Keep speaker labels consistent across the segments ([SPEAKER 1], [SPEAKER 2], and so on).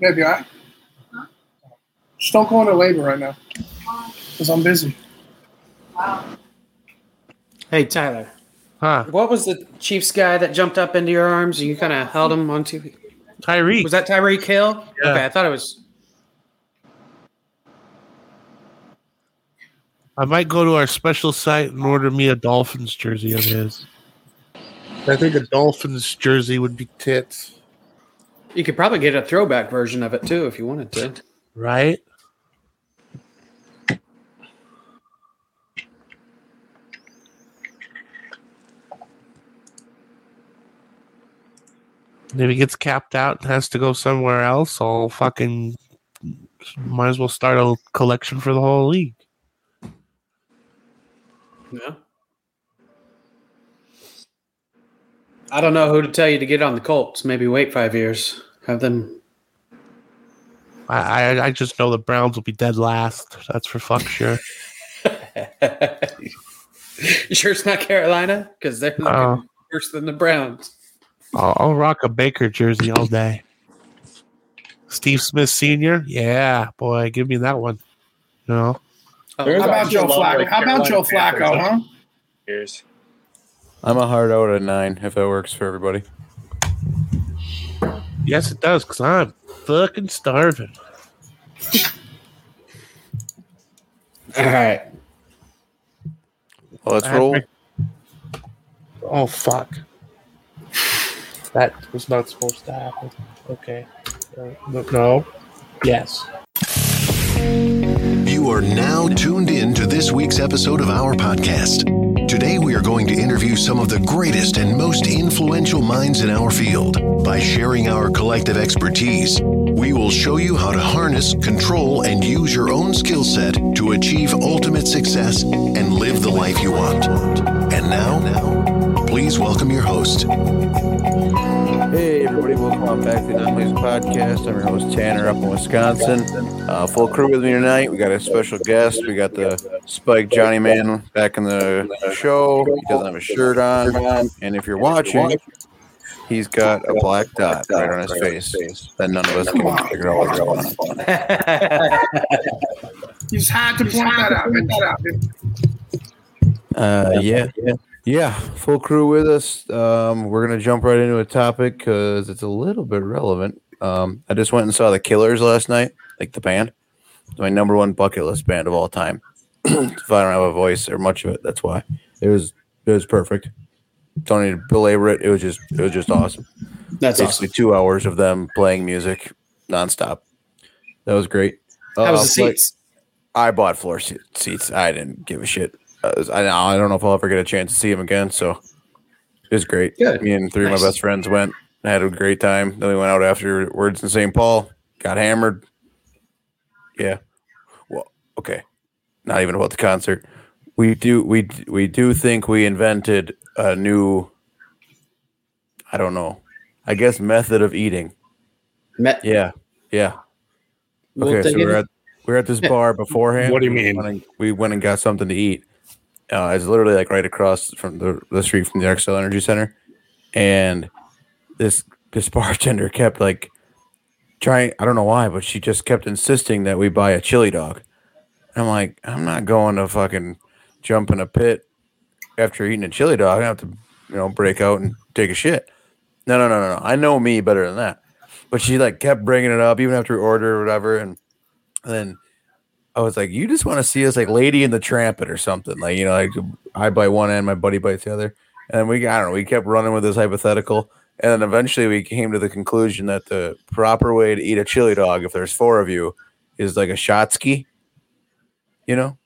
[SPEAKER 1] Yeah, be all right?
[SPEAKER 2] Huh?
[SPEAKER 1] Just don't go into labor right now because I'm busy.
[SPEAKER 2] Wow.
[SPEAKER 3] Hey, Tyler,
[SPEAKER 4] Huh?
[SPEAKER 3] what was the Chiefs guy that jumped up into your arms and you kind of held him onto?
[SPEAKER 4] Tyreek.
[SPEAKER 3] Was that Tyreek Hill?
[SPEAKER 4] Yeah.
[SPEAKER 3] Okay, I thought it was.
[SPEAKER 4] I might go to our special site and order me a Dolphins jersey of his. I think a Dolphins jersey would be tits,
[SPEAKER 3] You could probably get a throwback version of it too if you wanted to.
[SPEAKER 4] right? And if he gets capped out and has to go somewhere else, I'll fucking might as well start a collection for the whole league.
[SPEAKER 3] Yeah. I don't know who to tell you to get on the Colts. Maybe wait five years. Have them.
[SPEAKER 4] I, I I just know the Browns will be dead last. That's for fuck sure.
[SPEAKER 3] you sure it's not Carolina? Because they're looking
[SPEAKER 4] Uh,
[SPEAKER 3] worse than the Browns.
[SPEAKER 4] I'll, I'll rock a Baker jersey all day. Steve Smith Senior, yeah, boy, give me that one. You know,
[SPEAKER 3] Oh,
[SPEAKER 5] There's
[SPEAKER 1] How about
[SPEAKER 5] actually a
[SPEAKER 1] Joe
[SPEAKER 5] lot
[SPEAKER 1] Flacco?
[SPEAKER 5] of
[SPEAKER 1] How about Joe
[SPEAKER 5] Carolina
[SPEAKER 1] Flacco,
[SPEAKER 5] Panthers.
[SPEAKER 1] huh?
[SPEAKER 5] Years.
[SPEAKER 6] I'm a hard out at nine if that works for everybody.
[SPEAKER 4] yes, it does because I'm fucking starving.
[SPEAKER 3] all right.
[SPEAKER 6] Well, let's
[SPEAKER 4] I had
[SPEAKER 6] roll.
[SPEAKER 4] my- Oh fuck, that was not supposed to happen. Okay, Uh, no, no. yes.
[SPEAKER 7] You are now tuned in to this week's episode of our podcast. Today, we are going to interview some of the greatest and most influential minds in our field. By sharing our collective expertise, we will show you how to harness, control, and use your own skill set to achieve ultimate success and live the life you want. And now, now please welcome your host,
[SPEAKER 6] Hey, everybody, welcome on back to the Dumplings Podcast. I'm your host, Tanner, up in Wisconsin. Uh, full crew with me tonight. We got a special guest. We got the Spike Johnny Man back in the show. He doesn't have a shirt on. And if you're watching, he's got a black dot right on his face that none of us can figure out what's going on.
[SPEAKER 1] You just had to point that out. Point that out.
[SPEAKER 6] Uh, yeah, yeah, yeah. Full crew with us. Um, we're gonna jump right into a topic because it's a little bit relevant. Um, I just went and saw the Killers last night, like the band. It's my number one bucket list band of all time. if I don't have a voice or much of it, that's why it was it was perfect. Don't need to belabor it. It was just it was just awesome.
[SPEAKER 3] That's
[SPEAKER 6] Basically, two hours of them playing music nonstop. That was great.
[SPEAKER 3] awesome. How was
[SPEAKER 6] Uh,
[SPEAKER 3] the
[SPEAKER 6] but-
[SPEAKER 3] seats?
[SPEAKER 6] I bought floor se- seats. I didn't give a shit. I, was- I, I don't know if I'll ever get a chance to see him again. So it was great.
[SPEAKER 3] Good.
[SPEAKER 6] Me and three of
[SPEAKER 3] Nice.
[SPEAKER 6] my best friends went. Had a great time. Then we went out afterwards in St. Paul. Got hammered. Yeah. Well, okay. Not even about the concert. We do we d- we do think we invented a new. I don't know. I guess method of eating.
[SPEAKER 3] Met.
[SPEAKER 6] Yeah. Yeah.
[SPEAKER 3] We'll
[SPEAKER 6] Okay, so
[SPEAKER 3] dig
[SPEAKER 6] we
[SPEAKER 3] in.
[SPEAKER 6] were at we were at this bar beforehand.
[SPEAKER 4] What do you
[SPEAKER 6] We
[SPEAKER 4] mean?
[SPEAKER 6] went and- we went and got something to eat. Uh, it's literally like right across from the, the street from the Excel Energy Center, and this this bartender kept like trying. I don't know why, but she just kept insisting that we buy a chili dog. I'm like, I'm not going to fucking jump in a pit after eating a chili dog. I have to, you know, break out and take a shit. No, no, no, no, no. I know me better than that. But she like kept bringing it up even after we ordered or whatever, and and then I was like, "You just want to see us like Lady in the Trampet or something?" Like you know, like I bite one end, my buddy bites the other, and then we I don't know. We kept running with this hypothetical, and then eventually we came to the conclusion that the proper way to eat a chili dog, if there's four of you, is like a shot ski. You know,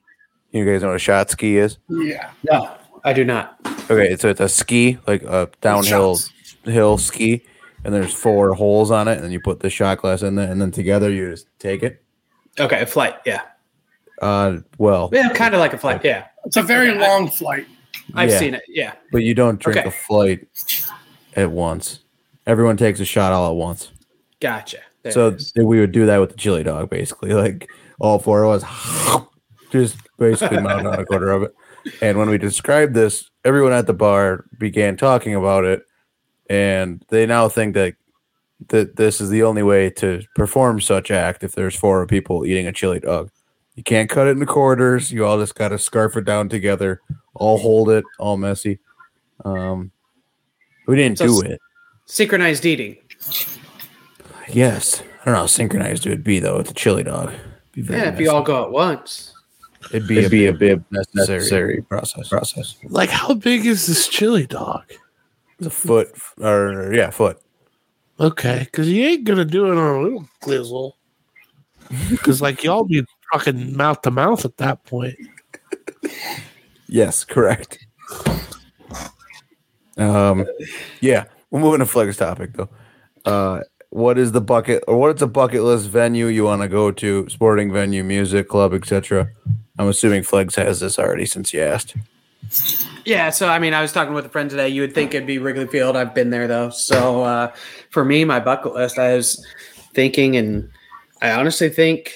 [SPEAKER 6] you guys know what a shot ski is.
[SPEAKER 1] Yeah.
[SPEAKER 3] No, I do not.
[SPEAKER 6] Okay, so it's a ski, like a downhill
[SPEAKER 3] Shots.
[SPEAKER 6] hill ski, and there's four holes on it, and you put the shot glass in there, and then together you just take it.
[SPEAKER 3] Okay, a flight. Yeah.
[SPEAKER 6] Uh, well,
[SPEAKER 3] Yeah, kind of like a flight. Yeah.
[SPEAKER 1] It's a very long flight.
[SPEAKER 3] I've
[SPEAKER 6] Yeah.
[SPEAKER 3] seen it. Yeah.
[SPEAKER 6] But you don't drink
[SPEAKER 3] Okay.
[SPEAKER 6] a flight at once. Everyone takes a shot all at once.
[SPEAKER 3] Gotcha. There
[SPEAKER 6] so
[SPEAKER 3] it is.
[SPEAKER 6] th- we would do that with the chili dog, basically. Like all four of us just basically mount on a quarter of it. And when we described this, everyone at the bar began talking about it, and they now think that that this is the only way to perform such act if there's four people eating a chili dog. You can't cut it into quarters. You all just got to scarf it down together, all hold it, all messy. Um, we didn't
[SPEAKER 3] So
[SPEAKER 6] do
[SPEAKER 3] s-
[SPEAKER 6] it.
[SPEAKER 3] Synchronized eating.
[SPEAKER 6] Yes. I don't know how synchronized it would be, though, with the chili dog. Be very
[SPEAKER 3] Yeah, if you
[SPEAKER 6] messy.
[SPEAKER 3] all go at once.
[SPEAKER 6] it'd be,
[SPEAKER 2] It'd
[SPEAKER 6] a,
[SPEAKER 2] be a
[SPEAKER 6] bit
[SPEAKER 2] bib
[SPEAKER 6] necessary,
[SPEAKER 2] necessary
[SPEAKER 6] process.
[SPEAKER 2] process.
[SPEAKER 4] Like, how big is this chili dog?
[SPEAKER 6] It's a foot, or yeah, foot.
[SPEAKER 4] Okay, because you ain't gonna do it on a little glizzle. Because like y'all be fucking mouth to mouth at that point.
[SPEAKER 6] Yes, correct. Um, yeah, we're moving to Flex topic though. Uh, what is the bucket or what is a bucket list venue you want to go to? Sporting venue, music club, etc. I'm assuming Flex has this already since you asked.
[SPEAKER 3] Yeah, so I mean, I was talking with a friend today. You would think it'd be Wrigley Field. I've been there though. So uh, for me, my bucket list, I was thinking, and I honestly think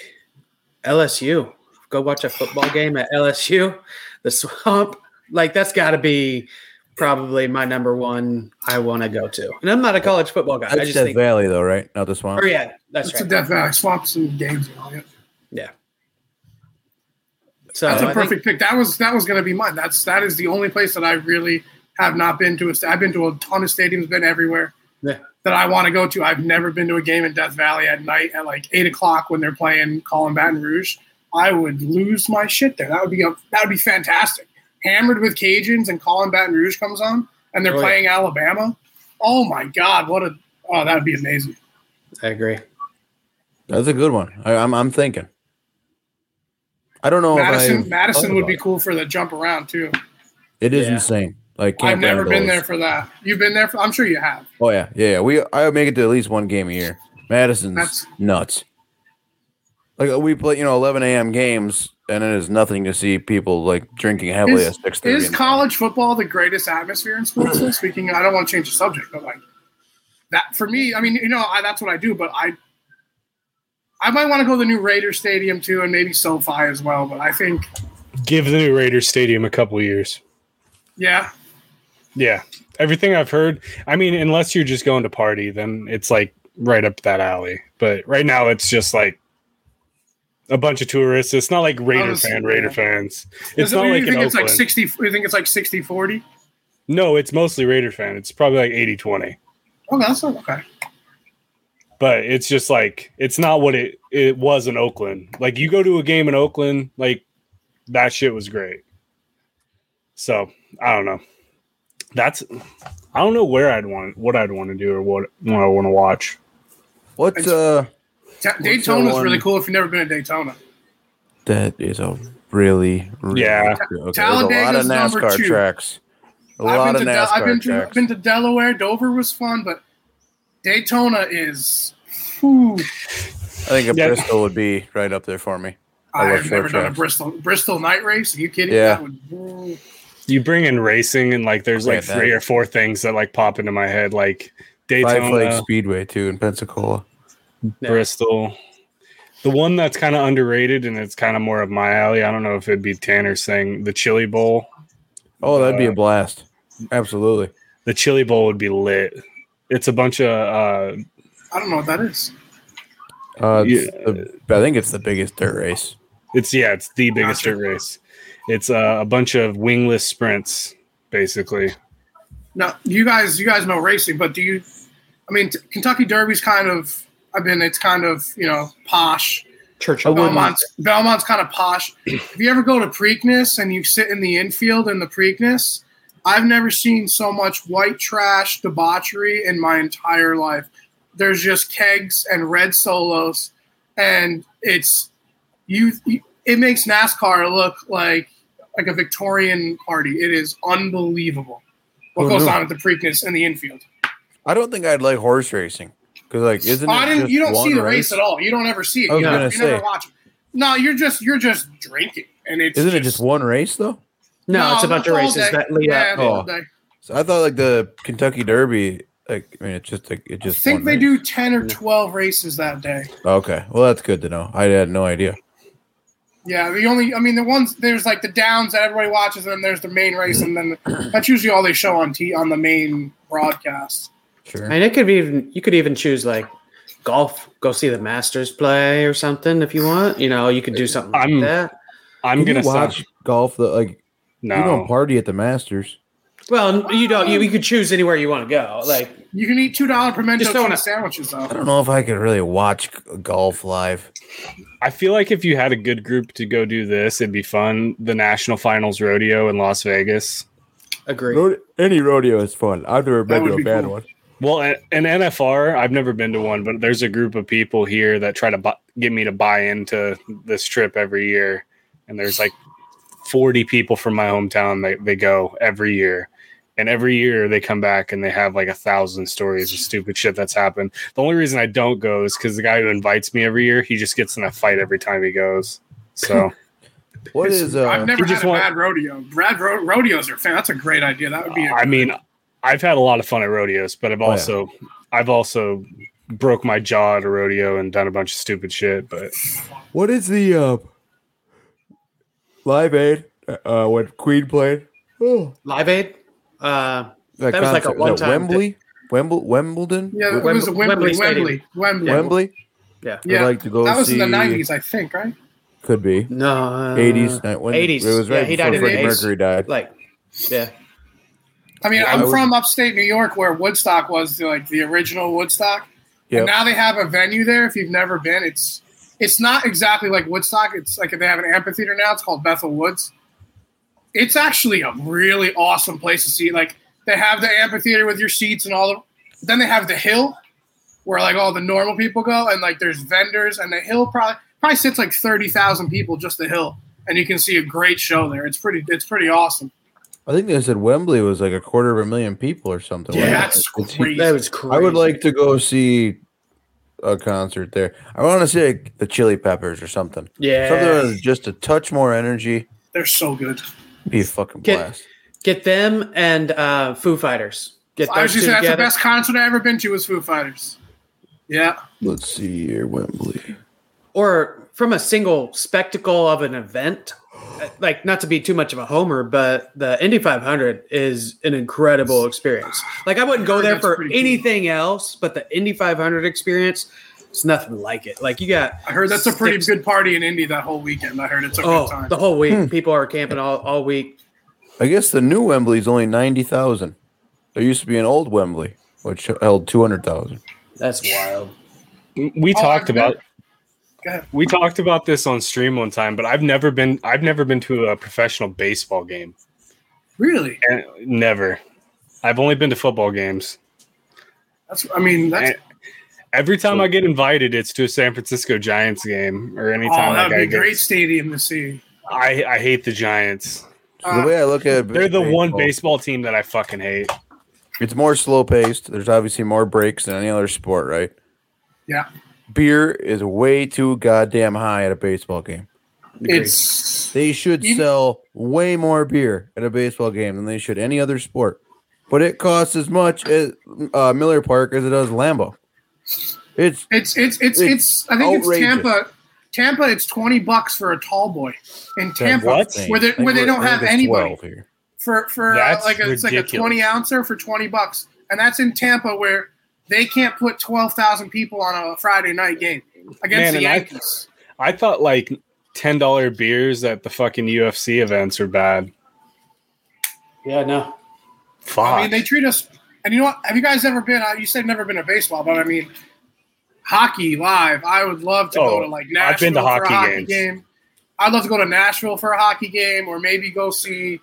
[SPEAKER 3] LSU. Go watch a football game at LSU, the swamp. Like that's got to be probably my number one. I want to go to, and I'm not a college football guy. I
[SPEAKER 6] That's
[SPEAKER 3] just
[SPEAKER 6] Death
[SPEAKER 3] think.
[SPEAKER 6] Valley though, right? Not the swamp.
[SPEAKER 3] Or yeah, that's
[SPEAKER 1] That's a
[SPEAKER 3] right.
[SPEAKER 1] Death Valley swaps and games. and all that.
[SPEAKER 3] So
[SPEAKER 1] That's
[SPEAKER 3] I
[SPEAKER 1] a
[SPEAKER 3] think-
[SPEAKER 1] perfect pick. That was that was going to be mine. That's that is the only place that I really have not been to. A, sta- I've been to a ton of stadiums, been everywhere
[SPEAKER 3] Yeah.
[SPEAKER 1] that I want to go to. I've never been to a game in Death Valley at night at like eight o'clock when they're playing Colin Baton Rouge. I would lose my shit there. That would be a, that would be fantastic. Hammered with Cajuns and Colin Baton Rouge comes on and they're
[SPEAKER 3] Oh, yeah.
[SPEAKER 1] playing Alabama. Oh my God! What a oh that would be amazing.
[SPEAKER 3] I agree.
[SPEAKER 6] That's a good one. I, I'm I'm thinking. I
[SPEAKER 3] Oh,
[SPEAKER 6] don't know. if
[SPEAKER 1] Madison
[SPEAKER 6] I've
[SPEAKER 1] Madison
[SPEAKER 6] thought
[SPEAKER 1] would
[SPEAKER 6] about
[SPEAKER 1] be
[SPEAKER 6] it.
[SPEAKER 1] cool for the jump around too.
[SPEAKER 6] It is
[SPEAKER 3] Yeah.
[SPEAKER 6] insane. Like
[SPEAKER 1] I've
[SPEAKER 6] Camp
[SPEAKER 1] never been
[SPEAKER 6] Randall's.
[SPEAKER 1] there for that. You've been there? For, I'm sure you have.
[SPEAKER 6] Oh yeah, yeah. yeah. We I make it to at least one game a year. Madison's
[SPEAKER 1] That's-
[SPEAKER 6] nuts. Like uh, we play, you know, eleven a.m. games, and it is nothing to see people like drinking heavily
[SPEAKER 1] Is-
[SPEAKER 6] at six thirty.
[SPEAKER 1] Is college football the greatest atmosphere in sports? though? Speaking, I don't want to change the subject, but like that for me, I mean, you know, I, that's what I do. But I, I might want to go to the new Raider Stadium too, and maybe SoFi as well. But I think,
[SPEAKER 2] Give the new Raiders Stadium a couple years.
[SPEAKER 1] yeah,
[SPEAKER 2] Yeah, everything I've heard. I mean, unless you're just going to party, then it's like right up that alley. But right now, it's just like a bunch of tourists. It's not like Raider
[SPEAKER 1] Honestly,
[SPEAKER 2] fan, Raider
[SPEAKER 1] yeah.
[SPEAKER 2] fans. It's
[SPEAKER 1] Is it-
[SPEAKER 2] not
[SPEAKER 1] you
[SPEAKER 2] like in
[SPEAKER 1] think it's
[SPEAKER 2] Oakland.
[SPEAKER 1] like sixty. You think it's like 60-40?
[SPEAKER 2] no, it's mostly Raider fan. It's probably like 80 20.
[SPEAKER 1] Oh, that's not okay.
[SPEAKER 2] but it's just like it's not what it it was in Oakland. Like you go to a game in Oakland, like that shit was great. So I don't know. That's I don't know where I'd want what I'd want to do or what, what I want to watch.
[SPEAKER 6] What's uh?
[SPEAKER 1] Ta- Daytona's
[SPEAKER 6] one?
[SPEAKER 1] really cool if you've never been to Daytona.
[SPEAKER 6] That is a really, really
[SPEAKER 2] Yeah.
[SPEAKER 6] Okay, there's a lot of
[SPEAKER 1] Talladega's number
[SPEAKER 6] NASCAR
[SPEAKER 1] two.
[SPEAKER 6] tracks. A lot of
[SPEAKER 1] been to
[SPEAKER 6] NASCAR
[SPEAKER 1] Del- I've been to,
[SPEAKER 6] tracks.
[SPEAKER 1] I've been to Delaware. Dover was fun, but Daytona is. whew,
[SPEAKER 6] I think a
[SPEAKER 2] Yeah.
[SPEAKER 6] Bristol would be right up there for me. I love
[SPEAKER 1] I've
[SPEAKER 6] short
[SPEAKER 1] never done a
[SPEAKER 6] tracks.
[SPEAKER 1] Bristol Bristol night race. Are you kidding?
[SPEAKER 6] Yeah.
[SPEAKER 1] That would,
[SPEAKER 2] You bring in racing and like there's like
[SPEAKER 6] Right, that-
[SPEAKER 2] three or four things that like pop into my head like
[SPEAKER 6] Five Lake
[SPEAKER 2] Daytona,
[SPEAKER 6] Speedway too in Pensacola.
[SPEAKER 3] Yeah.
[SPEAKER 2] Bristol. The one that's kind of underrated and it's kind of more of my alley. I don't know if it'd be Tanner's thing, the Chili Bowl.
[SPEAKER 6] Oh, that'd be
[SPEAKER 2] Uh,
[SPEAKER 6] a blast. Absolutely.
[SPEAKER 2] the chili bowl would be lit. It's a bunch of uh,
[SPEAKER 1] I don't know what that is.
[SPEAKER 6] Uh, it's
[SPEAKER 2] yeah.
[SPEAKER 6] the- I think it's the biggest dirt race.
[SPEAKER 2] it's yeah, it's the biggest
[SPEAKER 1] Gotcha.
[SPEAKER 2] dirt race. It's uh, a bunch of wingless sprints, basically.
[SPEAKER 1] Now, you guys, you guys know racing, but do you? I mean, t- Kentucky Derby's kind of. I mean, it's kind of you know posh.
[SPEAKER 3] Church.
[SPEAKER 1] Belmont's Belmont's kind of posh. if you ever go to Preakness and you sit in the infield in the Preakness, I've never seen so much white trash debauchery in my entire life. There's just kegs and red solos, and it's you. you- It makes NASCAR look like like a Victorian party. It is unbelievable what
[SPEAKER 6] Oh,
[SPEAKER 1] goes
[SPEAKER 6] no.
[SPEAKER 1] on at the Preakness and the infield.
[SPEAKER 6] I don't think I'd like horse racing because, like, isn't
[SPEAKER 1] Oh, I
[SPEAKER 6] it
[SPEAKER 1] didn't,
[SPEAKER 6] just
[SPEAKER 1] you don't
[SPEAKER 6] one
[SPEAKER 1] see the
[SPEAKER 6] race?
[SPEAKER 1] race at all. You don't ever see it.
[SPEAKER 6] I was
[SPEAKER 1] you
[SPEAKER 6] gonna
[SPEAKER 1] never, you never
[SPEAKER 6] say.
[SPEAKER 1] watch it. No, you're just you're just drinking, and it's
[SPEAKER 6] Isn't it just one race though?
[SPEAKER 3] No, it's a bunch of
[SPEAKER 1] all
[SPEAKER 3] races
[SPEAKER 1] day.
[SPEAKER 3] that lead
[SPEAKER 1] yeah,
[SPEAKER 3] up.
[SPEAKER 6] oh.
[SPEAKER 1] all day.
[SPEAKER 6] So I thought like the Kentucky Derby. Like, I mean, it's just like it
[SPEAKER 1] I
[SPEAKER 6] just.
[SPEAKER 1] think
[SPEAKER 6] one
[SPEAKER 1] they
[SPEAKER 6] race.
[SPEAKER 1] do ten or twelve races that day.
[SPEAKER 6] Okay, well that's good to know. I had no idea.
[SPEAKER 1] Yeah, the only I mean the ones there's like the downs that everybody watches, and then there's the main race, and then that's usually all they show on T on the main broadcast.
[SPEAKER 6] Sure.
[SPEAKER 3] And it could be even you could even choose like golf, go see the Masters play or something if you want. You know, you could do something like
[SPEAKER 2] I'm-
[SPEAKER 3] that.
[SPEAKER 2] I'm
[SPEAKER 6] Can you
[SPEAKER 2] gonna
[SPEAKER 6] watch
[SPEAKER 2] watch.
[SPEAKER 6] golf. The, like you
[SPEAKER 2] No,
[SPEAKER 6] don't party at the Masters.
[SPEAKER 3] Well, you don't. You, you could choose anywhere you want to go. Like,
[SPEAKER 1] You can eat two dollar pimento
[SPEAKER 3] Just throwing
[SPEAKER 1] cheese
[SPEAKER 3] a-
[SPEAKER 1] sandwiches
[SPEAKER 6] I
[SPEAKER 1] though.
[SPEAKER 6] don't know if I could really watch g- golf live.
[SPEAKER 2] I feel like if you had a good group to go do this, it'd be fun. The national finals rodeo in Las Vegas.
[SPEAKER 3] agree.
[SPEAKER 6] Rode- any rodeo is fun. I've never been
[SPEAKER 1] would
[SPEAKER 6] to a
[SPEAKER 1] be
[SPEAKER 6] bad
[SPEAKER 1] cool.
[SPEAKER 6] one.
[SPEAKER 2] Well, a- an NFR, I've never been to one, but there's a group of people here that try to bu- get me to buy into this trip every year. And there's like 40 people from my hometown that they go every year. And every year they come back and they have like a thousand stories of stupid shit that's happened. The only reason I don't go is because the guy who invites me every year, he just gets in a fight every time he goes. So
[SPEAKER 6] What is uh,
[SPEAKER 1] I've never
[SPEAKER 2] you
[SPEAKER 1] had
[SPEAKER 2] just
[SPEAKER 1] a
[SPEAKER 2] want-
[SPEAKER 1] bad rodeo. Brad ro- rodeos are fan. That's a great idea. That would be. a-
[SPEAKER 2] I mean, I've had a lot of fun at rodeos, but I've
[SPEAKER 6] yeah.
[SPEAKER 2] also I've also broke my jaw at a rodeo and done a bunch of stupid shit. But
[SPEAKER 6] what is the uh, live aid uh, when Queen played? Oh,
[SPEAKER 3] Live Aid. Uh,
[SPEAKER 6] that,
[SPEAKER 3] That was like a
[SPEAKER 6] concert. Is that
[SPEAKER 3] one-time thing.
[SPEAKER 6] Wembley, Wemble, Wimbledon.
[SPEAKER 1] yeah, it
[SPEAKER 6] Wembley.
[SPEAKER 1] was a Wembley,
[SPEAKER 3] Wembley Stadium.
[SPEAKER 1] Wembley, Wembley.
[SPEAKER 6] Wembley.
[SPEAKER 3] yeah.
[SPEAKER 6] I'd
[SPEAKER 1] Yeah,
[SPEAKER 6] like to go
[SPEAKER 1] that was
[SPEAKER 6] see.
[SPEAKER 1] in the nineties, I think, right?
[SPEAKER 6] Could be
[SPEAKER 3] No. uh,
[SPEAKER 6] eighties. when
[SPEAKER 3] 80s.
[SPEAKER 6] It was right
[SPEAKER 3] Yeah, he
[SPEAKER 6] before
[SPEAKER 3] died in the
[SPEAKER 6] Freddie
[SPEAKER 3] 80s.
[SPEAKER 6] Mercury died.
[SPEAKER 3] Like, yeah.
[SPEAKER 1] I mean,
[SPEAKER 6] Yeah,
[SPEAKER 1] I'm
[SPEAKER 6] I would-
[SPEAKER 1] from upstate New York, where Woodstock was like the original Woodstock.
[SPEAKER 6] Yep.
[SPEAKER 1] And now they have a venue there. If you've never been, it's it's not exactly like Woodstock. It's like they have an amphitheater now. It's called Bethel Woods. It's actually a really awesome place to see. Like they have the amphitheater with your seats and all the. Then they have the hill, where like all the normal people go, and like there's vendors, and the hill probably probably sits like thirty thousand people just the hill, and you can see a great show there. It's pretty it's pretty awesome.
[SPEAKER 6] I think they said Wembley was like a quarter of a million people or something.
[SPEAKER 1] Yeah,
[SPEAKER 6] wasn't it?
[SPEAKER 1] that's
[SPEAKER 6] It's huge.
[SPEAKER 1] crazy.
[SPEAKER 3] That was crazy.
[SPEAKER 6] I would like to go see a concert there. I want to see like, the Chili Peppers or something.
[SPEAKER 3] Yeah.
[SPEAKER 6] Something with just a touch more energy.
[SPEAKER 1] They're so good.
[SPEAKER 6] Be a fucking
[SPEAKER 3] Get-
[SPEAKER 6] blast.
[SPEAKER 3] Get them and uh, Foo Fighters. Get
[SPEAKER 1] I was
[SPEAKER 3] those
[SPEAKER 1] just saying,
[SPEAKER 3] two
[SPEAKER 1] that's the
[SPEAKER 3] together.
[SPEAKER 1] best concert I ever been to was Foo Fighters. Yeah,
[SPEAKER 6] Let's see here, Wembley.
[SPEAKER 3] or from a single spectacle of an event uh, like not to be too much of a homer but the indy 500 is an incredible experience like i wouldn't go there
[SPEAKER 1] That's
[SPEAKER 3] for
[SPEAKER 1] pretty cool.
[SPEAKER 3] anything else but the indy 500 experience it's nothing like it like you got
[SPEAKER 1] I heard that's a pretty
[SPEAKER 3] Six-
[SPEAKER 1] good party in Indy that whole weekend. I heard it's a good
[SPEAKER 3] oh
[SPEAKER 1] time.
[SPEAKER 3] the whole week
[SPEAKER 6] Hmm.
[SPEAKER 3] people are camping all, all week
[SPEAKER 6] I guess the new Wembley is only 90,000. There used to be an old Wembley, which held 200,000.
[SPEAKER 3] that's wild
[SPEAKER 2] we
[SPEAKER 1] Oh,
[SPEAKER 2] talked
[SPEAKER 1] I've never-
[SPEAKER 2] about
[SPEAKER 1] Go ahead.
[SPEAKER 2] we talked about this on stream one time, but I've never been I've never been to a professional baseball game.
[SPEAKER 1] really.
[SPEAKER 2] Eh, Never. I've only been to football games.
[SPEAKER 1] That's I mean that's
[SPEAKER 2] Eh, Every time I get invited, it's to a San Francisco Giants game or
[SPEAKER 1] oh
[SPEAKER 2] anytime
[SPEAKER 1] that
[SPEAKER 2] like
[SPEAKER 1] would
[SPEAKER 2] I
[SPEAKER 1] be a great
[SPEAKER 2] get.
[SPEAKER 1] stadium to see. Uh,
[SPEAKER 2] I, I hate the Giants.
[SPEAKER 6] So
[SPEAKER 1] Ah.
[SPEAKER 6] the way I look at it,
[SPEAKER 2] They're the one
[SPEAKER 6] baseball-
[SPEAKER 2] baseball team that I fucking hate.
[SPEAKER 6] It's more slow paced. There's obviously more breaks than any other sport, right?
[SPEAKER 1] Yeah,
[SPEAKER 6] Beer is way too goddamn high at a baseball game.
[SPEAKER 1] it's
[SPEAKER 6] They should
[SPEAKER 1] You-
[SPEAKER 6] sell way more beer at a baseball game than they should any other sport. But it costs as much at uh, Miller Park as it does Lambeau. It's
[SPEAKER 1] it's it's it's
[SPEAKER 6] It's
[SPEAKER 1] it's. I think
[SPEAKER 6] outrageous.
[SPEAKER 1] it's Tampa. Tampa, it's twenty bucks for a tall boy in Tampa,
[SPEAKER 2] what?
[SPEAKER 1] where they
[SPEAKER 6] I think
[SPEAKER 1] where they
[SPEAKER 6] we're-
[SPEAKER 1] don't
[SPEAKER 6] I think
[SPEAKER 1] have
[SPEAKER 6] it's
[SPEAKER 1] anybody
[SPEAKER 6] 12 here.
[SPEAKER 1] for for uh,
[SPEAKER 2] That's
[SPEAKER 1] like a, it's like a
[SPEAKER 2] ridiculous.
[SPEAKER 1] twenty ouncer for twenty bucks, and that's in Tampa where they can't put twelve thousand people on a Friday night game against
[SPEAKER 2] Man,
[SPEAKER 1] the
[SPEAKER 2] and I-
[SPEAKER 1] Yankees.
[SPEAKER 2] I thought like ten dollar beers at the fucking UFC events are bad.
[SPEAKER 3] yeah no
[SPEAKER 2] Fuck.
[SPEAKER 1] I mean, they treat us. And you know what? Have you guys ever been? uh, You said never been to baseball, but I mean, hockey live. I would love to go
[SPEAKER 2] Oh,
[SPEAKER 1] to like Nashville
[SPEAKER 2] I've been to
[SPEAKER 1] for a
[SPEAKER 2] hockey
[SPEAKER 1] hockey
[SPEAKER 2] games.
[SPEAKER 1] game. I'd love to go to Nashville for a hockey game, or maybe go see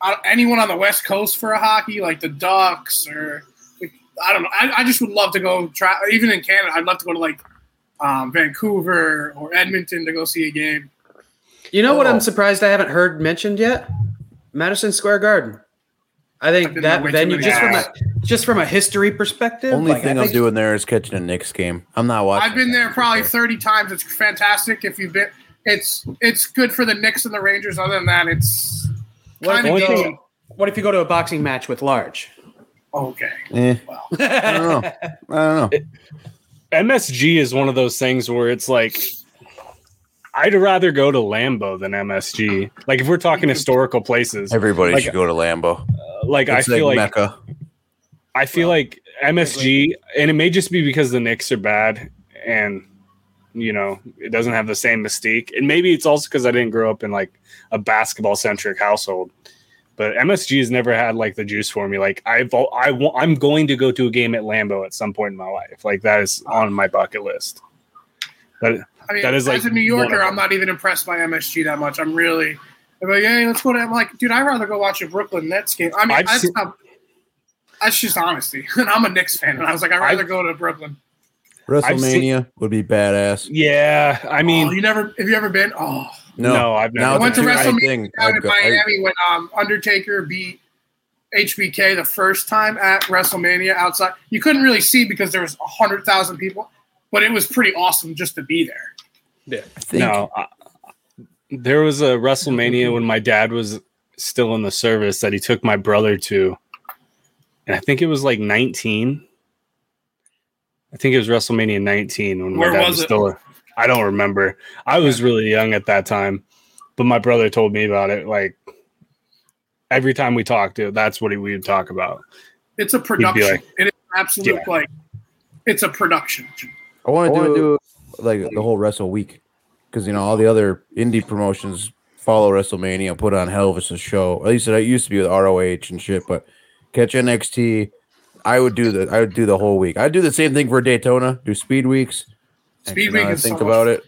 [SPEAKER 1] uh, anyone on the West Coast for a hockey, like the Ducks, or like, I don't know. I, I just would love to go try. Even in Canada, I'd love to go to like um, Vancouver or Edmonton to go see a game.
[SPEAKER 3] you know what
[SPEAKER 6] Oh.
[SPEAKER 3] i'm surprised i haven't heard mentioned yet madison square garden i
[SPEAKER 1] I've
[SPEAKER 3] think
[SPEAKER 1] been
[SPEAKER 3] that
[SPEAKER 1] to way too
[SPEAKER 3] venue
[SPEAKER 1] many
[SPEAKER 3] just from a
[SPEAKER 1] games.
[SPEAKER 3] just from a history perspective
[SPEAKER 6] Only
[SPEAKER 3] like, I
[SPEAKER 6] thing I'll
[SPEAKER 3] think-
[SPEAKER 6] do in there is catching a Knicks game. I'm not watching.
[SPEAKER 1] I've been
[SPEAKER 6] that.
[SPEAKER 1] there probably 30 times. It's fantastic. If you've been, it's it's good for the Knicks and the Rangers. Other than that, it's
[SPEAKER 3] What if,
[SPEAKER 1] kinda
[SPEAKER 3] you
[SPEAKER 2] Only
[SPEAKER 3] go,
[SPEAKER 2] thing-
[SPEAKER 3] what if you go to a boxing match with large?
[SPEAKER 1] okay.
[SPEAKER 6] Eh, I
[SPEAKER 1] Uh,
[SPEAKER 6] don't know. I don't know.
[SPEAKER 2] MSG is one of those things where it's like I'd rather go to Lambo than MSG. Like if we're talking historical places,
[SPEAKER 6] Everybody
[SPEAKER 2] Like-
[SPEAKER 6] should go to Lambeau.
[SPEAKER 2] like I
[SPEAKER 6] It's
[SPEAKER 2] feel like
[SPEAKER 6] Mecca.
[SPEAKER 2] I feel like MSG, and it may just be because the Knicks are bad and you know it doesn't have the same mystique, and maybe it's also because I didn't grow up in like a basketball centric household. But MSG has never had like the juice for me. Like I've, al- I w- I'm going to go to a game at Lambeau at some point in my life. Like that is on my bucket list. But
[SPEAKER 1] I mean,
[SPEAKER 2] That is,
[SPEAKER 1] as
[SPEAKER 2] like,
[SPEAKER 1] a New
[SPEAKER 2] one of
[SPEAKER 1] Yorker,
[SPEAKER 2] them.
[SPEAKER 1] I'm not even impressed by MSG that much. I'm really, I'm like, hey, let's go to. I'm like, dude, I'd rather go watch a Brooklyn Nets game. I mean,
[SPEAKER 2] I've
[SPEAKER 1] that's,
[SPEAKER 2] seen-
[SPEAKER 1] not- that's just honesty. and I'm a Knicks fan, and I was like, I'd rather
[SPEAKER 2] I've-
[SPEAKER 1] go to Brooklyn.
[SPEAKER 2] I've seen-
[SPEAKER 6] WrestleMania would be badass.
[SPEAKER 2] yeah, I mean,
[SPEAKER 1] oh, you never have you ever been? Oh,
[SPEAKER 6] No,
[SPEAKER 2] No, I've never
[SPEAKER 6] now
[SPEAKER 1] I
[SPEAKER 6] it's
[SPEAKER 1] went
[SPEAKER 6] a
[SPEAKER 1] to
[SPEAKER 6] two-night
[SPEAKER 1] WrestleMania
[SPEAKER 6] thing.
[SPEAKER 1] down
[SPEAKER 6] I'd
[SPEAKER 1] in
[SPEAKER 6] go- I'd-
[SPEAKER 1] Miami when um, Undertaker beat HBK the first time at WrestleMania outside. You couldn't really see because there was hundred thousand people, but it was pretty awesome just to be there.
[SPEAKER 6] I think
[SPEAKER 2] No, I, there was a WrestleMania when my dad was still in the service that he took my brother to, and I think it was like 19. I think it was WrestleMania 19 when
[SPEAKER 1] Where
[SPEAKER 2] my dad
[SPEAKER 1] was
[SPEAKER 2] was,
[SPEAKER 1] it?
[SPEAKER 2] still. A, I don't remember. I was really young at that time, but my brother told me about it. Like every time we talked, it- that's what he, we would talk about.
[SPEAKER 1] It's a production.
[SPEAKER 2] like-
[SPEAKER 1] it is absolute
[SPEAKER 2] Yeah.
[SPEAKER 1] like it's a production.
[SPEAKER 6] I
[SPEAKER 5] I
[SPEAKER 6] want to
[SPEAKER 5] want to
[SPEAKER 6] do,
[SPEAKER 5] do
[SPEAKER 6] like the whole Wrestle Week because you know all the other indie promotions follow WrestleMania, put on hell of a show. At least it used to be with ROH and shit, but catch NXT. I would do the I would do the whole week. I'd do the same thing for Daytona. Do speed weeks. And,
[SPEAKER 1] Speed
[SPEAKER 6] you know,
[SPEAKER 1] week
[SPEAKER 6] I
[SPEAKER 1] is
[SPEAKER 6] think
[SPEAKER 1] so much
[SPEAKER 6] about it.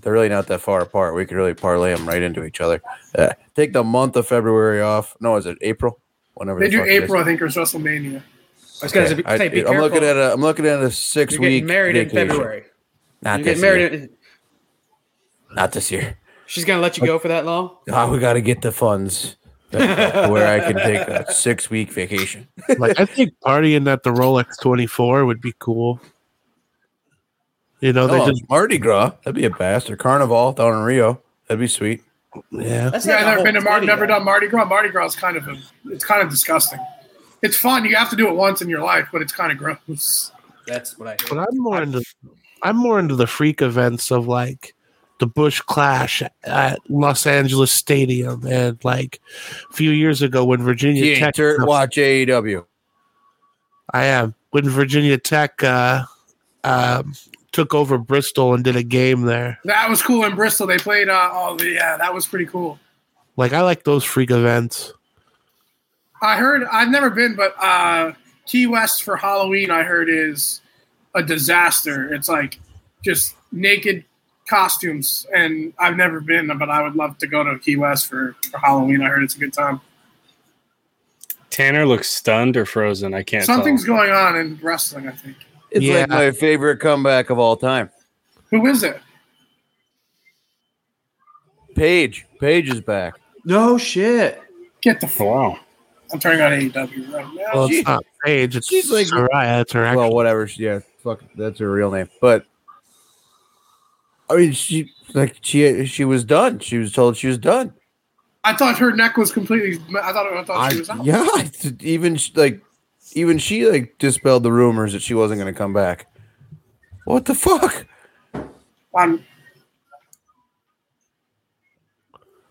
[SPEAKER 6] They're really not that far apart. We could really parlay them right into each other. Uh, take the month of February off. No, is it April? Whenever
[SPEAKER 1] They
[SPEAKER 6] the
[SPEAKER 1] do
[SPEAKER 6] fuck it is.
[SPEAKER 1] April, I think, or it's WrestleMania.
[SPEAKER 3] I was gonna say,
[SPEAKER 6] I,
[SPEAKER 3] be
[SPEAKER 6] am
[SPEAKER 3] careful.
[SPEAKER 6] looking at a I'm looking at a six
[SPEAKER 3] You're
[SPEAKER 6] week
[SPEAKER 3] getting married in
[SPEAKER 6] vacation.
[SPEAKER 3] February.
[SPEAKER 6] Not
[SPEAKER 3] You're getting
[SPEAKER 6] this
[SPEAKER 3] married.
[SPEAKER 6] year.
[SPEAKER 3] In,
[SPEAKER 6] Not this year.
[SPEAKER 3] she's gonna let you go for that long.
[SPEAKER 6] Oh, we got to get the funds where I can take a six week vacation.
[SPEAKER 4] like I think partying at the Rolex 24 would be cool. You know, they
[SPEAKER 6] Oh,
[SPEAKER 4] just
[SPEAKER 6] Mardi Gras. That'd be a bastard. Carnival down in Rio. That'd be sweet.
[SPEAKER 4] yeah.
[SPEAKER 3] That's
[SPEAKER 1] Yeah, I've
[SPEAKER 3] like a
[SPEAKER 1] never
[SPEAKER 3] whole
[SPEAKER 1] been to Mar-
[SPEAKER 3] city,
[SPEAKER 1] never
[SPEAKER 3] though.
[SPEAKER 1] done Mardi Gras. Mardi Gras is kind of a, it's kind of disgusting. It's fun. You have to do it once in your life, but it's kind of gross.
[SPEAKER 3] That's what I. Hear.
[SPEAKER 4] But I'm more into I'm more into the freak events of like the Bush Clash at Los Angeles Stadium and like a few years ago when Virginia
[SPEAKER 6] You
[SPEAKER 4] Tech
[SPEAKER 6] tur- watch E AEW.
[SPEAKER 4] I am when Virginia Tech uh, um, took over Bristol and did a game there.
[SPEAKER 1] That was cool in Bristol. They played. Uh, oh yeah, that was pretty cool.
[SPEAKER 4] Like I like those freak events.
[SPEAKER 1] I heard I've never been, but uh, Key West for Halloween I heard is a disaster. It's like just naked costumes, and I've never been, but I would love to go to Key West for, for Halloween. I heard it's a good time.
[SPEAKER 2] Tanner looks stunned or frozen. I can't.
[SPEAKER 1] Something's
[SPEAKER 2] tell.
[SPEAKER 1] going on in wrestling. I think.
[SPEAKER 6] It's
[SPEAKER 4] Yeah.
[SPEAKER 6] like my favorite comeback of all time.
[SPEAKER 1] Who is it?
[SPEAKER 6] Paige. Paige is back.
[SPEAKER 3] No shit.
[SPEAKER 1] Get the. F-
[SPEAKER 2] Wow.
[SPEAKER 1] I'm turning on AEW right now.
[SPEAKER 4] Well,
[SPEAKER 6] She-
[SPEAKER 4] it's not Paige, it's
[SPEAKER 6] she's like-
[SPEAKER 4] Soraya. It's her actual
[SPEAKER 6] Well, whatever. She, yeah, fuck. That's her real name. But I mean, she like she she was done. She was told she was done.
[SPEAKER 1] I thought her neck was completely. I thought. I thought she was
[SPEAKER 6] I-
[SPEAKER 1] out.
[SPEAKER 6] yeah, I did- even sh- like even she like dispelled the rumors that she wasn't going to come back. What the fuck?
[SPEAKER 1] I'm,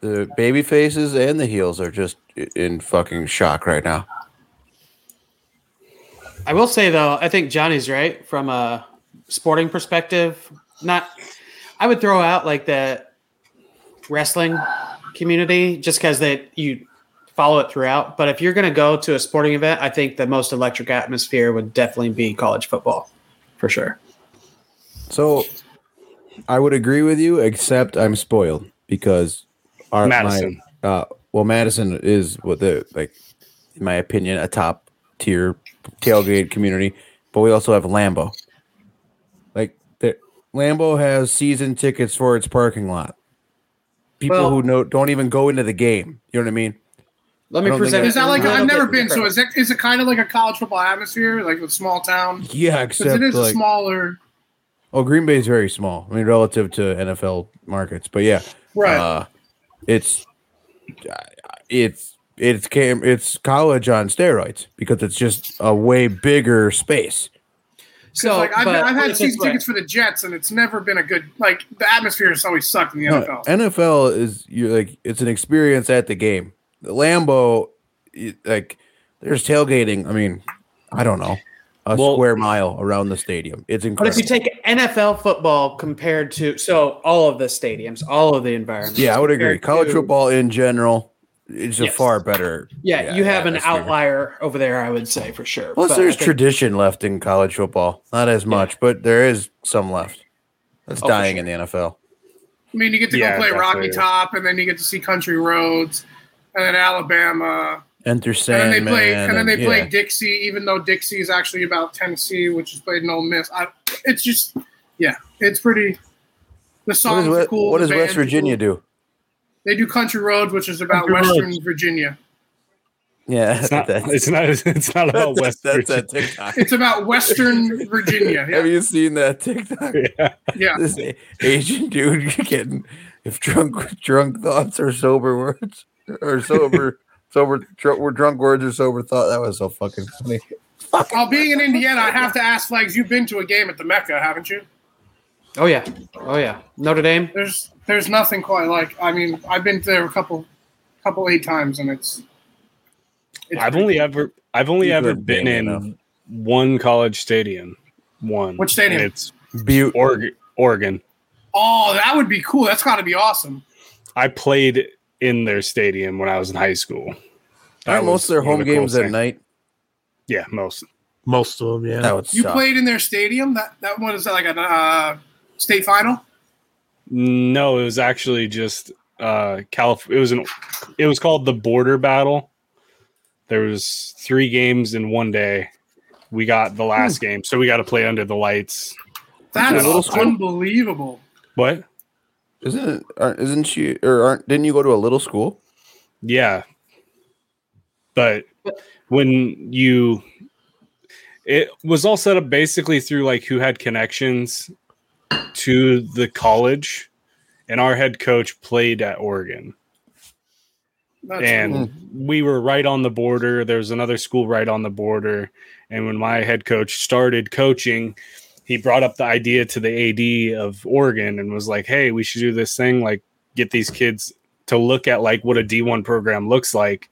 [SPEAKER 6] The baby faces and the heels are just i- in fucking shock right now.
[SPEAKER 3] I will say though, I think Johnny's right from a sporting perspective. Not, I would throw out like the wrestling community just because that you follow it throughout. But if you're going to go to a sporting event, I think the most electric atmosphere would definitely be college football, for sure.
[SPEAKER 6] So I would agree with you, except I'm spoiled because our my-
[SPEAKER 2] Madison.
[SPEAKER 6] uh, well, Madison is what the like, in my opinion, a top tier tailgate community. But we also have Lambo. Like the Lambo has season tickets for its parking lot. People
[SPEAKER 3] Well-
[SPEAKER 6] who know don't even go into the game. You know what I mean?
[SPEAKER 3] Let
[SPEAKER 6] I
[SPEAKER 3] me
[SPEAKER 6] don't think
[SPEAKER 3] present.
[SPEAKER 6] I-
[SPEAKER 1] is that like
[SPEAKER 3] a
[SPEAKER 1] I've
[SPEAKER 3] little
[SPEAKER 1] never
[SPEAKER 3] bit
[SPEAKER 1] been? So
[SPEAKER 3] different.
[SPEAKER 1] is it is it kind of like a college football atmosphere, like a small town?
[SPEAKER 6] Yeah,
[SPEAKER 1] Because
[SPEAKER 6] except
[SPEAKER 1] it is a
[SPEAKER 6] like
[SPEAKER 1] smaller.
[SPEAKER 6] oh, Green Bay's very small. I mean, relative to NFL markets, but yeah,
[SPEAKER 1] Right.
[SPEAKER 6] Uh, it's it's it's cam it's college on steroids because it's just a way bigger space.
[SPEAKER 1] So,
[SPEAKER 3] so
[SPEAKER 1] like I've,
[SPEAKER 3] but
[SPEAKER 1] I've
[SPEAKER 3] put
[SPEAKER 1] had
[SPEAKER 3] it this
[SPEAKER 1] season
[SPEAKER 3] way.
[SPEAKER 1] tickets for the Jets, and it's never been a good like the atmosphere has always sucked in the
[SPEAKER 6] No,
[SPEAKER 1] NFL.
[SPEAKER 6] NFL is you like it's an experience at the game. The Lambo, you- like there's tailgating. I mean, I don't know. a
[SPEAKER 2] Well-
[SPEAKER 6] square mile around the stadium. It's
[SPEAKER 3] But if
[SPEAKER 6] incredible.
[SPEAKER 3] you take NFL football compared to so all of the stadiums, all of the environments.
[SPEAKER 6] yeah, I would agree.
[SPEAKER 3] compared
[SPEAKER 6] College
[SPEAKER 3] to-
[SPEAKER 6] football in general is a
[SPEAKER 3] Yes.
[SPEAKER 6] far better.
[SPEAKER 3] Yeah, you have an
[SPEAKER 6] atmosphere.
[SPEAKER 3] outlier over there, I would say for sure.
[SPEAKER 6] Plus,
[SPEAKER 3] But
[SPEAKER 6] there's
[SPEAKER 3] I think-
[SPEAKER 6] tradition left in college football. Not as much, but there is some left. That's
[SPEAKER 3] Oh, for
[SPEAKER 6] dying in the NFL.
[SPEAKER 1] I mean, you get to
[SPEAKER 2] Yeah,
[SPEAKER 1] go play Rocky
[SPEAKER 2] definitely.
[SPEAKER 1] Top, and then you get to see Country Roads, and then Alabama,
[SPEAKER 6] Enter
[SPEAKER 1] and
[SPEAKER 6] Sandman.
[SPEAKER 1] then they play, and then they
[SPEAKER 6] yeah.
[SPEAKER 1] play Dixie, even though Dixie is actually about Tennessee, which is played in Ole Miss. I, it's just, yeah, it's pretty. The
[SPEAKER 6] What,
[SPEAKER 1] songs
[SPEAKER 6] is,
[SPEAKER 1] are
[SPEAKER 6] Wes-
[SPEAKER 1] cool.
[SPEAKER 6] what
[SPEAKER 1] the
[SPEAKER 6] does West
[SPEAKER 1] band's cool.
[SPEAKER 6] Virginia do?
[SPEAKER 1] They do Country Roads, which is about
[SPEAKER 4] Country
[SPEAKER 1] Western
[SPEAKER 4] Roads.
[SPEAKER 1] Virginia.
[SPEAKER 6] Yeah,
[SPEAKER 2] It's not.
[SPEAKER 6] that's-
[SPEAKER 2] It's not. It's not about West
[SPEAKER 6] that's
[SPEAKER 2] Virginia.
[SPEAKER 6] that TikTok.
[SPEAKER 1] It's about Western Virginia.
[SPEAKER 6] Have
[SPEAKER 1] Yeah,
[SPEAKER 6] you seen that TikTok?
[SPEAKER 2] Yeah.
[SPEAKER 1] yeah.
[SPEAKER 6] This A- Asian dude getting if drunk drunk thoughts or sober words or sober sober dr- were drunk words or sober thought. That was so fucking funny.
[SPEAKER 1] While being in Indiana, I have to ask Flags. You've been to a game at the Mecca, haven't you?
[SPEAKER 3] Oh yeah, oh yeah. Notre Dame.
[SPEAKER 1] There's there's nothing quite like. I mean, I've been there a couple, couple eight times, and it's. it's
[SPEAKER 2] I've only ever. I've only
[SPEAKER 6] You
[SPEAKER 2] ever
[SPEAKER 6] couldn't
[SPEAKER 2] been
[SPEAKER 6] name
[SPEAKER 2] in
[SPEAKER 6] enough.
[SPEAKER 2] one college stadium. One.
[SPEAKER 1] Which stadium?
[SPEAKER 2] And it's
[SPEAKER 6] Butte.
[SPEAKER 2] Oregon. Oregon.
[SPEAKER 1] oh, that would be cool. That's got to be awesome.
[SPEAKER 2] I played in their stadium when I was in high school. That
[SPEAKER 6] Aren't most
[SPEAKER 2] was
[SPEAKER 6] of their
[SPEAKER 2] one
[SPEAKER 6] home
[SPEAKER 2] the
[SPEAKER 6] games
[SPEAKER 2] coolest
[SPEAKER 6] at
[SPEAKER 2] things.
[SPEAKER 6] night?
[SPEAKER 2] Yeah, most.
[SPEAKER 4] Most of them, yeah.
[SPEAKER 6] That would
[SPEAKER 1] You
[SPEAKER 6] suck.
[SPEAKER 1] played in their stadium. That that one is that like a uh, state final.
[SPEAKER 2] No, it was actually just uh Calif- it was an it was called the border battle. There was three games in one day. We got the last
[SPEAKER 6] Hmm.
[SPEAKER 2] game, so we got to play under the lights.
[SPEAKER 1] That
[SPEAKER 2] Yeah,
[SPEAKER 1] is
[SPEAKER 2] little school.
[SPEAKER 1] unbelievable.
[SPEAKER 2] What?
[SPEAKER 6] Isn't it, aren't, isn't she or aren't didn't you go to a little school?
[SPEAKER 2] Yeah. But when you it was all set up basically through like who had connections to the college and our head coach played at Oregon.
[SPEAKER 1] That's
[SPEAKER 2] and
[SPEAKER 1] cool.
[SPEAKER 2] we were right on the border. There was another school right on the border. And when my head coach started coaching, he brought up the idea to the AD of Oregon and was like, "Hey, we should do this thing like get these kids to look at like what a D1 program looks like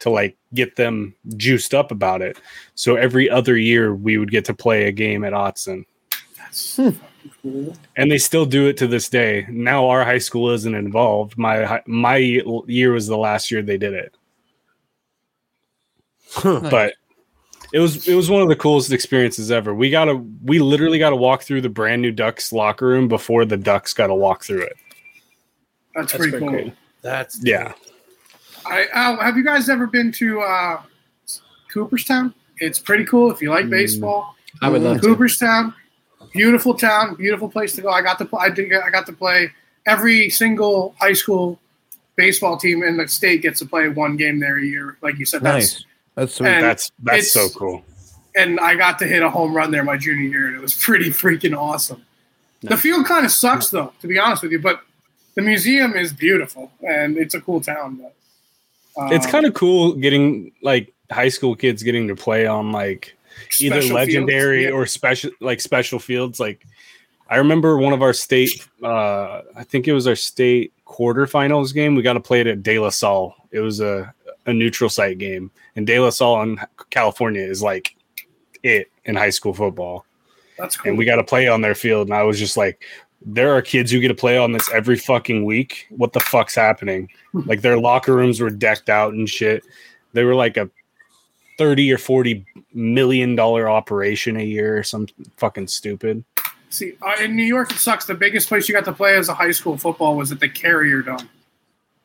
[SPEAKER 2] to like get them juiced up about it." So every other year we would get to play a game at Otson. And they still do it to this day. Now our high school isn't involved. My hi- my year was the last year they did it but it was it was one of the coolest experiences ever. We got to we literally got to walk through the brand new Ducks locker room before the Ducks got to walk through it.
[SPEAKER 1] that's,
[SPEAKER 3] That's
[SPEAKER 1] pretty,
[SPEAKER 3] pretty
[SPEAKER 1] cool.
[SPEAKER 3] cool.
[SPEAKER 4] That's
[SPEAKER 2] Yeah,
[SPEAKER 1] I oh, have you guys ever been to uh, Cooperstown? It's pretty cool if you like baseball.
[SPEAKER 3] I would love to.
[SPEAKER 1] Cooperstown, beautiful town, beautiful place to go. I got to play. I did. get- I got to play every single high school baseball team in the state gets to play one game there a year. Like you said, that's
[SPEAKER 6] nice. That's sweet.
[SPEAKER 1] and-
[SPEAKER 2] that's that's so
[SPEAKER 1] it's-
[SPEAKER 2] cool.
[SPEAKER 1] and I got to hit a home run there my junior year, and it was pretty freaking awesome. The field kind of sucks though, to be honest with you, but the museum is beautiful and it's a cool town. But, um,
[SPEAKER 2] it's kind of cool getting like high school kids getting to play on like either
[SPEAKER 1] special
[SPEAKER 2] legendary
[SPEAKER 1] fields. Yeah.
[SPEAKER 2] or special like special fields. Like I remember one of our state, uh, I think it was our state quarterfinals game. We got to play it at De La Salle. It was a a neutral site game, and De La Salle in California is like it in high school football.
[SPEAKER 1] That's cool.
[SPEAKER 2] And we got to play on their field, and I was just like. There are kids who get to play on this every fucking week. What the fuck's happening? Like their locker rooms were decked out and shit. They were like a 30 or 40 million dollar operation a year or some fucking stupid.
[SPEAKER 1] See, uh, in New York, it sucks. The biggest place you got to play as a high school football was at the Carrier Dome.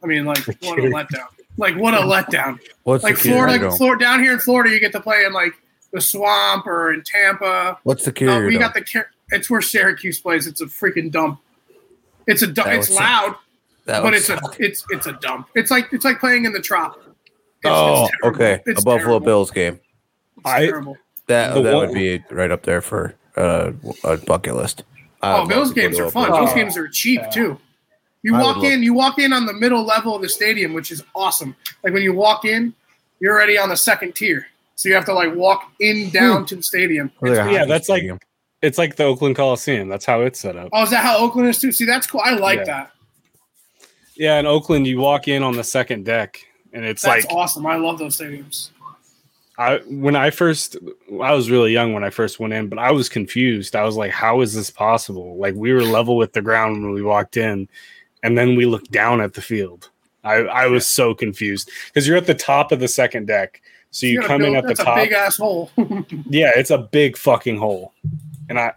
[SPEAKER 1] I mean, like what a
[SPEAKER 2] Carrier.
[SPEAKER 1] letdown! Like what a letdown!
[SPEAKER 6] What's
[SPEAKER 1] Like
[SPEAKER 6] the carrier
[SPEAKER 1] Florida,
[SPEAKER 6] dome?
[SPEAKER 1] Florida down here in Florida, you get to play in like the Swamp or in Tampa.
[SPEAKER 6] What's the
[SPEAKER 1] Uh,
[SPEAKER 6] carrier?
[SPEAKER 1] we
[SPEAKER 6] dome?
[SPEAKER 1] got the Car- it's where Syracuse plays. It's a freaking dump. It's a dump.
[SPEAKER 6] That
[SPEAKER 1] It's
[SPEAKER 6] would
[SPEAKER 1] loud,
[SPEAKER 6] That
[SPEAKER 1] but
[SPEAKER 6] would
[SPEAKER 1] it's a
[SPEAKER 6] suck.
[SPEAKER 1] it's it's a dump. It's like it's like playing in the trop. It's- it's
[SPEAKER 6] oh
[SPEAKER 1] terrible.
[SPEAKER 6] okay
[SPEAKER 1] It's
[SPEAKER 6] a Buffalo
[SPEAKER 1] terrible.
[SPEAKER 6] Bills game.
[SPEAKER 1] It's
[SPEAKER 2] I-
[SPEAKER 1] terrible.
[SPEAKER 6] That
[SPEAKER 2] The
[SPEAKER 6] that
[SPEAKER 2] one-
[SPEAKER 6] would be right up there for uh, a bucket list. I
[SPEAKER 1] Oh,
[SPEAKER 6] would love
[SPEAKER 1] Bills
[SPEAKER 6] to go
[SPEAKER 1] games
[SPEAKER 6] to
[SPEAKER 1] are
[SPEAKER 6] a
[SPEAKER 1] fun.
[SPEAKER 6] Bills
[SPEAKER 1] Those
[SPEAKER 3] Oh,
[SPEAKER 1] games are cheap too. You
[SPEAKER 6] I would
[SPEAKER 1] walk
[SPEAKER 6] love-
[SPEAKER 1] in, you walk in on the middle level of the stadium, which is awesome. Like when you walk in, you're already on the second tier, so you have to like walk in down to the stadium.
[SPEAKER 6] game. They're a
[SPEAKER 2] Yeah,
[SPEAKER 6] hockey
[SPEAKER 2] that's like-
[SPEAKER 6] stadium.
[SPEAKER 2] It's like the Oakland Coliseum. That's how it's set up.
[SPEAKER 1] Oh, is that how Oakland is too? See, that's cool. I like
[SPEAKER 2] Yeah.
[SPEAKER 1] that.
[SPEAKER 2] Yeah, in Oakland, you walk in on the second deck, and it's
[SPEAKER 1] That's
[SPEAKER 2] like
[SPEAKER 1] awesome. I love those stadiums.
[SPEAKER 2] I when I first I was really young when I first went in, but I was confused. I was like, how is this possible? Like we were level with the ground when we walked in, and then we looked down at the field. I, I was so confused because you're at the top of the second deck. So you,
[SPEAKER 1] gotta
[SPEAKER 2] come in
[SPEAKER 1] build-
[SPEAKER 2] at the
[SPEAKER 1] that's
[SPEAKER 2] top.
[SPEAKER 1] a big asshole.
[SPEAKER 2] Yeah, it's a big fucking hole. And I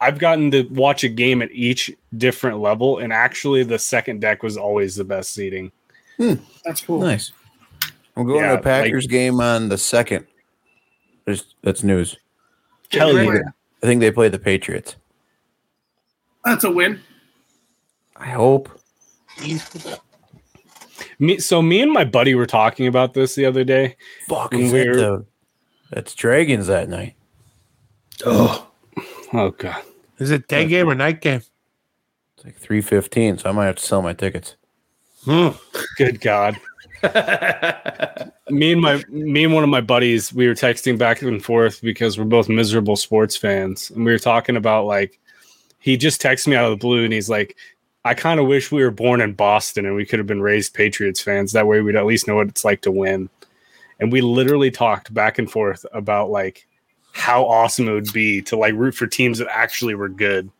[SPEAKER 2] I've gotten to watch a game at each different level, and actually the second deck was always the best seating.
[SPEAKER 1] that's cool.
[SPEAKER 6] Nice. I'm going
[SPEAKER 2] Yeah,
[SPEAKER 6] to a
[SPEAKER 2] like-
[SPEAKER 6] Packers game on the second. There's, that's news.
[SPEAKER 2] Hell
[SPEAKER 1] Really?
[SPEAKER 2] yeah.
[SPEAKER 6] I think they play the Patriots.
[SPEAKER 1] That's a win.
[SPEAKER 6] I hope.
[SPEAKER 2] Me so me and my buddy were talking about this the other day.
[SPEAKER 6] Fuck, is that
[SPEAKER 2] Weird.
[SPEAKER 6] the, that's Dragons that night.
[SPEAKER 2] Oh god.
[SPEAKER 4] Is it day game or night game?
[SPEAKER 6] It's like 315, so I might have to sell my tickets.
[SPEAKER 2] Good God. me and my me and one of my buddies, we were texting back and forth because we're both miserable sports fans. And we were talking about like he just texted me out of the blue and he's like, I kind of wish we were born in Boston and we could have been raised Patriots fans. That way we'd at least know what it's like to win. And we literally talked back and forth about like how awesome it would be to like root for teams that actually were good.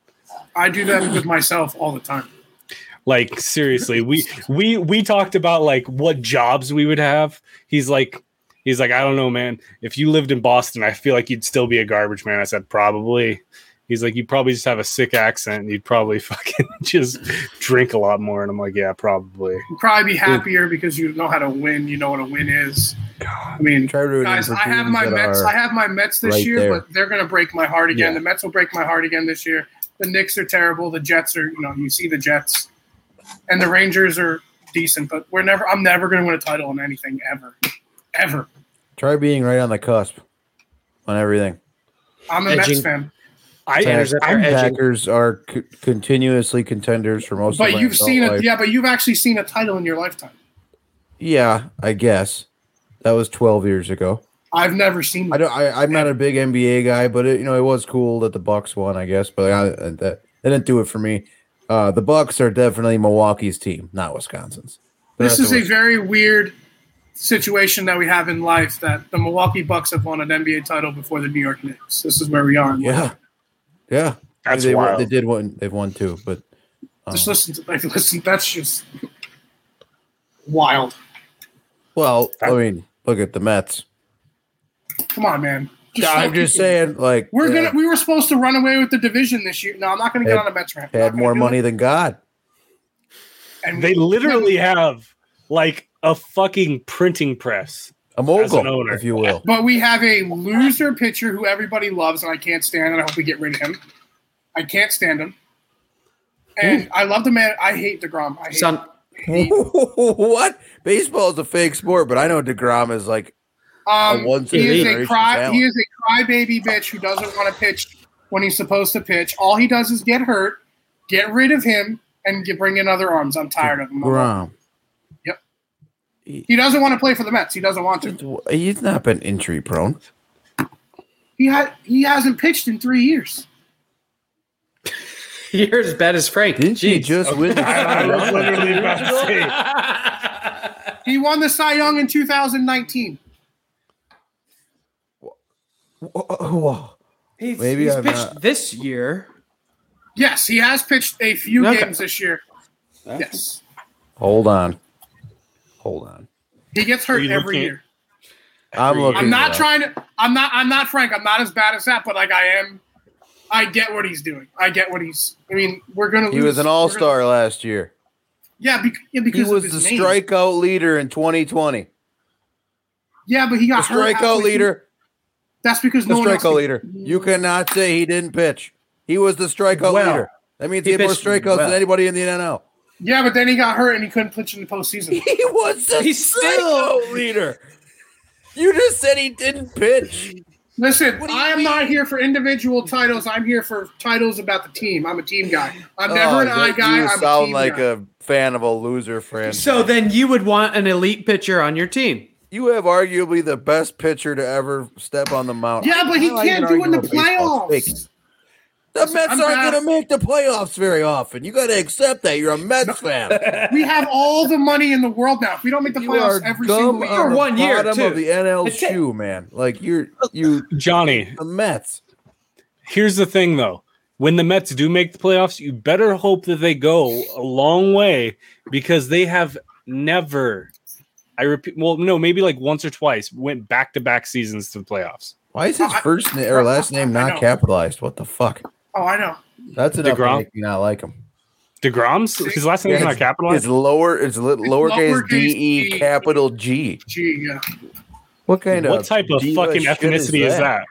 [SPEAKER 1] I do that with myself all the time.
[SPEAKER 2] Like seriously, we we we talked about like what jobs we would have. He's like he's like I don't know, man. If you lived in Boston, I feel like you'd still be a garbage man. I said probably. He's like you probably just have a sick accent. And you'd probably fucking just drink a lot more. And I'm like, yeah, probably.
[SPEAKER 1] You'd probably be happier because you know how to win. You know what a win is. I mean,
[SPEAKER 6] Try rooting
[SPEAKER 1] guys,
[SPEAKER 6] for
[SPEAKER 1] I have
[SPEAKER 6] teams
[SPEAKER 1] my
[SPEAKER 6] that
[SPEAKER 1] Mets.
[SPEAKER 6] are-
[SPEAKER 1] I have my Mets this
[SPEAKER 6] right
[SPEAKER 1] year,
[SPEAKER 6] there.
[SPEAKER 1] but they're going to break my heart again.
[SPEAKER 2] Yeah.
[SPEAKER 1] The Mets will break my heart again this year. The Knicks are terrible. The Jets are, you know, you see the Jets, and the Rangers are decent, but we're never. I'm never going to win a title in anything ever, ever.
[SPEAKER 6] Try being right on the cusp on everything.
[SPEAKER 1] I'm a Mets
[SPEAKER 3] Edging-
[SPEAKER 1] fan,
[SPEAKER 2] I
[SPEAKER 3] Tanner's up
[SPEAKER 2] I'm
[SPEAKER 3] there edging.
[SPEAKER 6] Packers are c- continuously contenders for most. of
[SPEAKER 1] but
[SPEAKER 6] my
[SPEAKER 1] you've
[SPEAKER 6] adult
[SPEAKER 1] seen it.
[SPEAKER 6] life.
[SPEAKER 1] Yeah, but you've actually seen a title in your lifetime.
[SPEAKER 6] Yeah, I guess that was 12 years ago.
[SPEAKER 1] I've never seen.
[SPEAKER 6] I don't. I, I'm not a big NBA guy, but it, you know it was cool that the Bucks won. I guess, but I, that that didn't do it for me. Uh, the Bucks are definitely Milwaukee's team, not Wisconsin's. The
[SPEAKER 1] this
[SPEAKER 6] rest
[SPEAKER 1] is
[SPEAKER 6] of
[SPEAKER 1] a
[SPEAKER 6] us-
[SPEAKER 1] very weird situation that we have in life that the Milwaukee Bucks have won an NBA title before the New York Knicks. This is where we are. in life.
[SPEAKER 6] yeah, yeah.
[SPEAKER 2] That's
[SPEAKER 6] they, won-
[SPEAKER 2] wild.
[SPEAKER 6] They did one. They've won two, but Um,
[SPEAKER 1] Just listen to like listen. That's just wild.
[SPEAKER 6] well, I mean, look at the Mets.
[SPEAKER 1] Come on, man.
[SPEAKER 6] I'm just saying, like uh,
[SPEAKER 1] We're
[SPEAKER 6] yeah,
[SPEAKER 1] gonna. We were supposed to run away with the division this year. No, I'm not gonna get
[SPEAKER 6] Had-
[SPEAKER 1] on a Mets rant. I'm
[SPEAKER 6] had
[SPEAKER 1] not
[SPEAKER 6] more
[SPEAKER 1] gonna do
[SPEAKER 6] money
[SPEAKER 1] it.
[SPEAKER 6] than God.
[SPEAKER 1] And
[SPEAKER 2] They literally have like a fucking printing press.
[SPEAKER 6] A
[SPEAKER 2] an
[SPEAKER 6] mogul,
[SPEAKER 2] owner.
[SPEAKER 6] if you will.
[SPEAKER 1] But we have a loser pitcher who everybody loves, and I can't stand. And I hope we get rid of him. I can't stand him.
[SPEAKER 6] Hmm.
[SPEAKER 1] And I love the man. I hate Degrom. I hate
[SPEAKER 3] Son,
[SPEAKER 6] what? Baseball is a fake sport, but I know Degrom is like
[SPEAKER 1] Um,
[SPEAKER 6] A once
[SPEAKER 1] he
[SPEAKER 6] in a
[SPEAKER 1] is a
[SPEAKER 6] generation
[SPEAKER 1] cry.
[SPEAKER 6] talent.
[SPEAKER 1] He is a crybaby bitch who doesn't want to pitch when he's supposed to pitch. All he does is get hurt. Get rid of him and get, bring in other arms. I'm tired of him.
[SPEAKER 6] Degrom.
[SPEAKER 1] He doesn't want to play for the Mets. He doesn't want to.
[SPEAKER 6] He's not been injury prone.
[SPEAKER 1] He had he hasn't pitched in three years.
[SPEAKER 3] you're as bad as Frank.
[SPEAKER 6] Didn't he
[SPEAKER 3] Jeez.
[SPEAKER 6] just win?
[SPEAKER 2] I was literally about to say,
[SPEAKER 1] He won the Cy Young in 2019.
[SPEAKER 6] Whoa.
[SPEAKER 3] He's,
[SPEAKER 6] Maybe
[SPEAKER 3] he's
[SPEAKER 6] I'm
[SPEAKER 3] pitched
[SPEAKER 6] not-
[SPEAKER 3] this year.
[SPEAKER 1] Yes, he has pitched a few
[SPEAKER 3] Okay.
[SPEAKER 1] games this year. Yes,
[SPEAKER 6] Hold on. Hold on.
[SPEAKER 1] he gets
[SPEAKER 2] Are
[SPEAKER 1] hurt
[SPEAKER 2] you
[SPEAKER 1] every
[SPEAKER 2] looking-
[SPEAKER 1] year.
[SPEAKER 6] I'm looking.
[SPEAKER 1] I'm not
[SPEAKER 6] it up.
[SPEAKER 1] trying to. I'm not. I'm not Frank. I'm not as bad as that. But like I am. I get what he's doing. I get what he's. I mean, we're gonna.
[SPEAKER 6] He
[SPEAKER 1] lose.
[SPEAKER 6] was an
[SPEAKER 1] We're gonna-
[SPEAKER 6] all star last year.
[SPEAKER 1] Yeah, bec- yeah
[SPEAKER 6] He
[SPEAKER 1] because
[SPEAKER 6] was
[SPEAKER 1] of
[SPEAKER 6] the
[SPEAKER 1] his name.
[SPEAKER 6] strikeout leader in 2020.
[SPEAKER 1] Yeah, but he
[SPEAKER 6] The
[SPEAKER 1] got hurt halfway
[SPEAKER 6] strikeout
[SPEAKER 1] through.
[SPEAKER 6] leader.
[SPEAKER 1] That's because
[SPEAKER 6] The
[SPEAKER 1] no one else
[SPEAKER 6] strikeout
[SPEAKER 1] can-
[SPEAKER 6] leader. You cannot say he didn't pitch. He was the strikeout
[SPEAKER 3] Well,
[SPEAKER 6] leader. That means
[SPEAKER 3] he
[SPEAKER 6] he had more
[SPEAKER 3] pitched
[SPEAKER 6] strikeouts
[SPEAKER 3] well.
[SPEAKER 6] than anybody in the NL.
[SPEAKER 1] Yeah, but then he got hurt and he couldn't pitch in the postseason.
[SPEAKER 6] He was the
[SPEAKER 3] He's still-
[SPEAKER 6] strikeout leader. You just said he didn't pitch.
[SPEAKER 1] Listen,
[SPEAKER 6] What do you
[SPEAKER 1] I am
[SPEAKER 6] mean?
[SPEAKER 1] not here for individual titles. I'm here for titles about the team. I'm a team guy. I'm never
[SPEAKER 6] Oh,
[SPEAKER 1] an
[SPEAKER 6] that-
[SPEAKER 1] I guy.
[SPEAKER 6] You
[SPEAKER 1] I'm a
[SPEAKER 6] sound
[SPEAKER 1] team
[SPEAKER 6] like
[SPEAKER 1] guy.
[SPEAKER 6] a fan of a loser friend.
[SPEAKER 3] So then you would want an elite pitcher on your team.
[SPEAKER 6] You have arguably the best pitcher to ever step on the mound.
[SPEAKER 1] Yeah, but he
[SPEAKER 6] How do I
[SPEAKER 1] can't
[SPEAKER 6] even
[SPEAKER 1] do it in the
[SPEAKER 6] argue with baseball? Fake.
[SPEAKER 1] playoffs.
[SPEAKER 6] The Mets
[SPEAKER 1] I'm
[SPEAKER 6] aren't
[SPEAKER 1] not-
[SPEAKER 6] going to make the playoffs very often. You got to accept that. You're a Mets fan.
[SPEAKER 1] We have all the money in the world now. If we don't make the
[SPEAKER 6] You are
[SPEAKER 1] playoffs every single
[SPEAKER 6] dumb
[SPEAKER 1] year,
[SPEAKER 6] on the
[SPEAKER 3] one year,
[SPEAKER 6] bottom
[SPEAKER 3] too.
[SPEAKER 6] of the NL
[SPEAKER 3] It's it.
[SPEAKER 6] shoe, man. Like you're you
[SPEAKER 2] Johnny,
[SPEAKER 6] the Mets.
[SPEAKER 2] here's the thing though. When the Mets do make the playoffs, you better hope that they go a long way because they have never, I repeat, well, no, maybe like once or twice went back to back seasons to the playoffs.
[SPEAKER 6] Why is his
[SPEAKER 1] I-
[SPEAKER 6] first name or last name
[SPEAKER 1] I
[SPEAKER 6] not
[SPEAKER 1] know.
[SPEAKER 6] capitalized? What the fuck?
[SPEAKER 1] oh, I know.
[SPEAKER 6] That's enough
[SPEAKER 2] DeGrom?
[SPEAKER 6] to make me not like him.
[SPEAKER 2] DeGrom's his last name's
[SPEAKER 6] Yeah,
[SPEAKER 2] not capitalized.
[SPEAKER 6] It's lower. It's li- lowercase
[SPEAKER 1] lowercase
[SPEAKER 6] D
[SPEAKER 1] D.
[SPEAKER 6] E capital G.
[SPEAKER 1] Gee, yeah.
[SPEAKER 6] What kind of
[SPEAKER 2] What type of
[SPEAKER 6] diva
[SPEAKER 2] fucking
[SPEAKER 6] shit
[SPEAKER 2] ethnicity is that?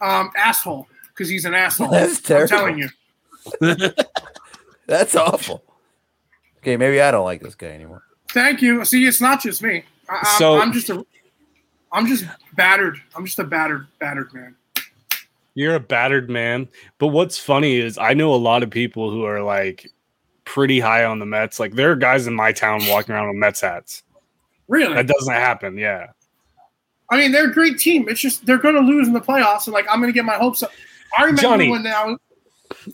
[SPEAKER 1] Um, asshole, because he's an asshole.
[SPEAKER 6] That's
[SPEAKER 1] I'm
[SPEAKER 6] terrible.
[SPEAKER 1] telling you.
[SPEAKER 6] That's awful. Okay, maybe I don't like this guy anymore.
[SPEAKER 1] Thank you. See, it's not just me. I, I'm,
[SPEAKER 2] So-
[SPEAKER 1] I'm just a, I'm just battered. I'm just a battered, battered man.
[SPEAKER 2] You're a battered man. But what's funny is I know a lot of people who are like pretty high on the Mets. Like there are guys in my town walking around with Mets hats.
[SPEAKER 1] Really?
[SPEAKER 2] That doesn't happen. Yeah.
[SPEAKER 1] I mean, they're a great team. It's just they're going to lose in the playoffs, and like I'm going to get my hopes up. I remember
[SPEAKER 2] Johnny,
[SPEAKER 1] when I was.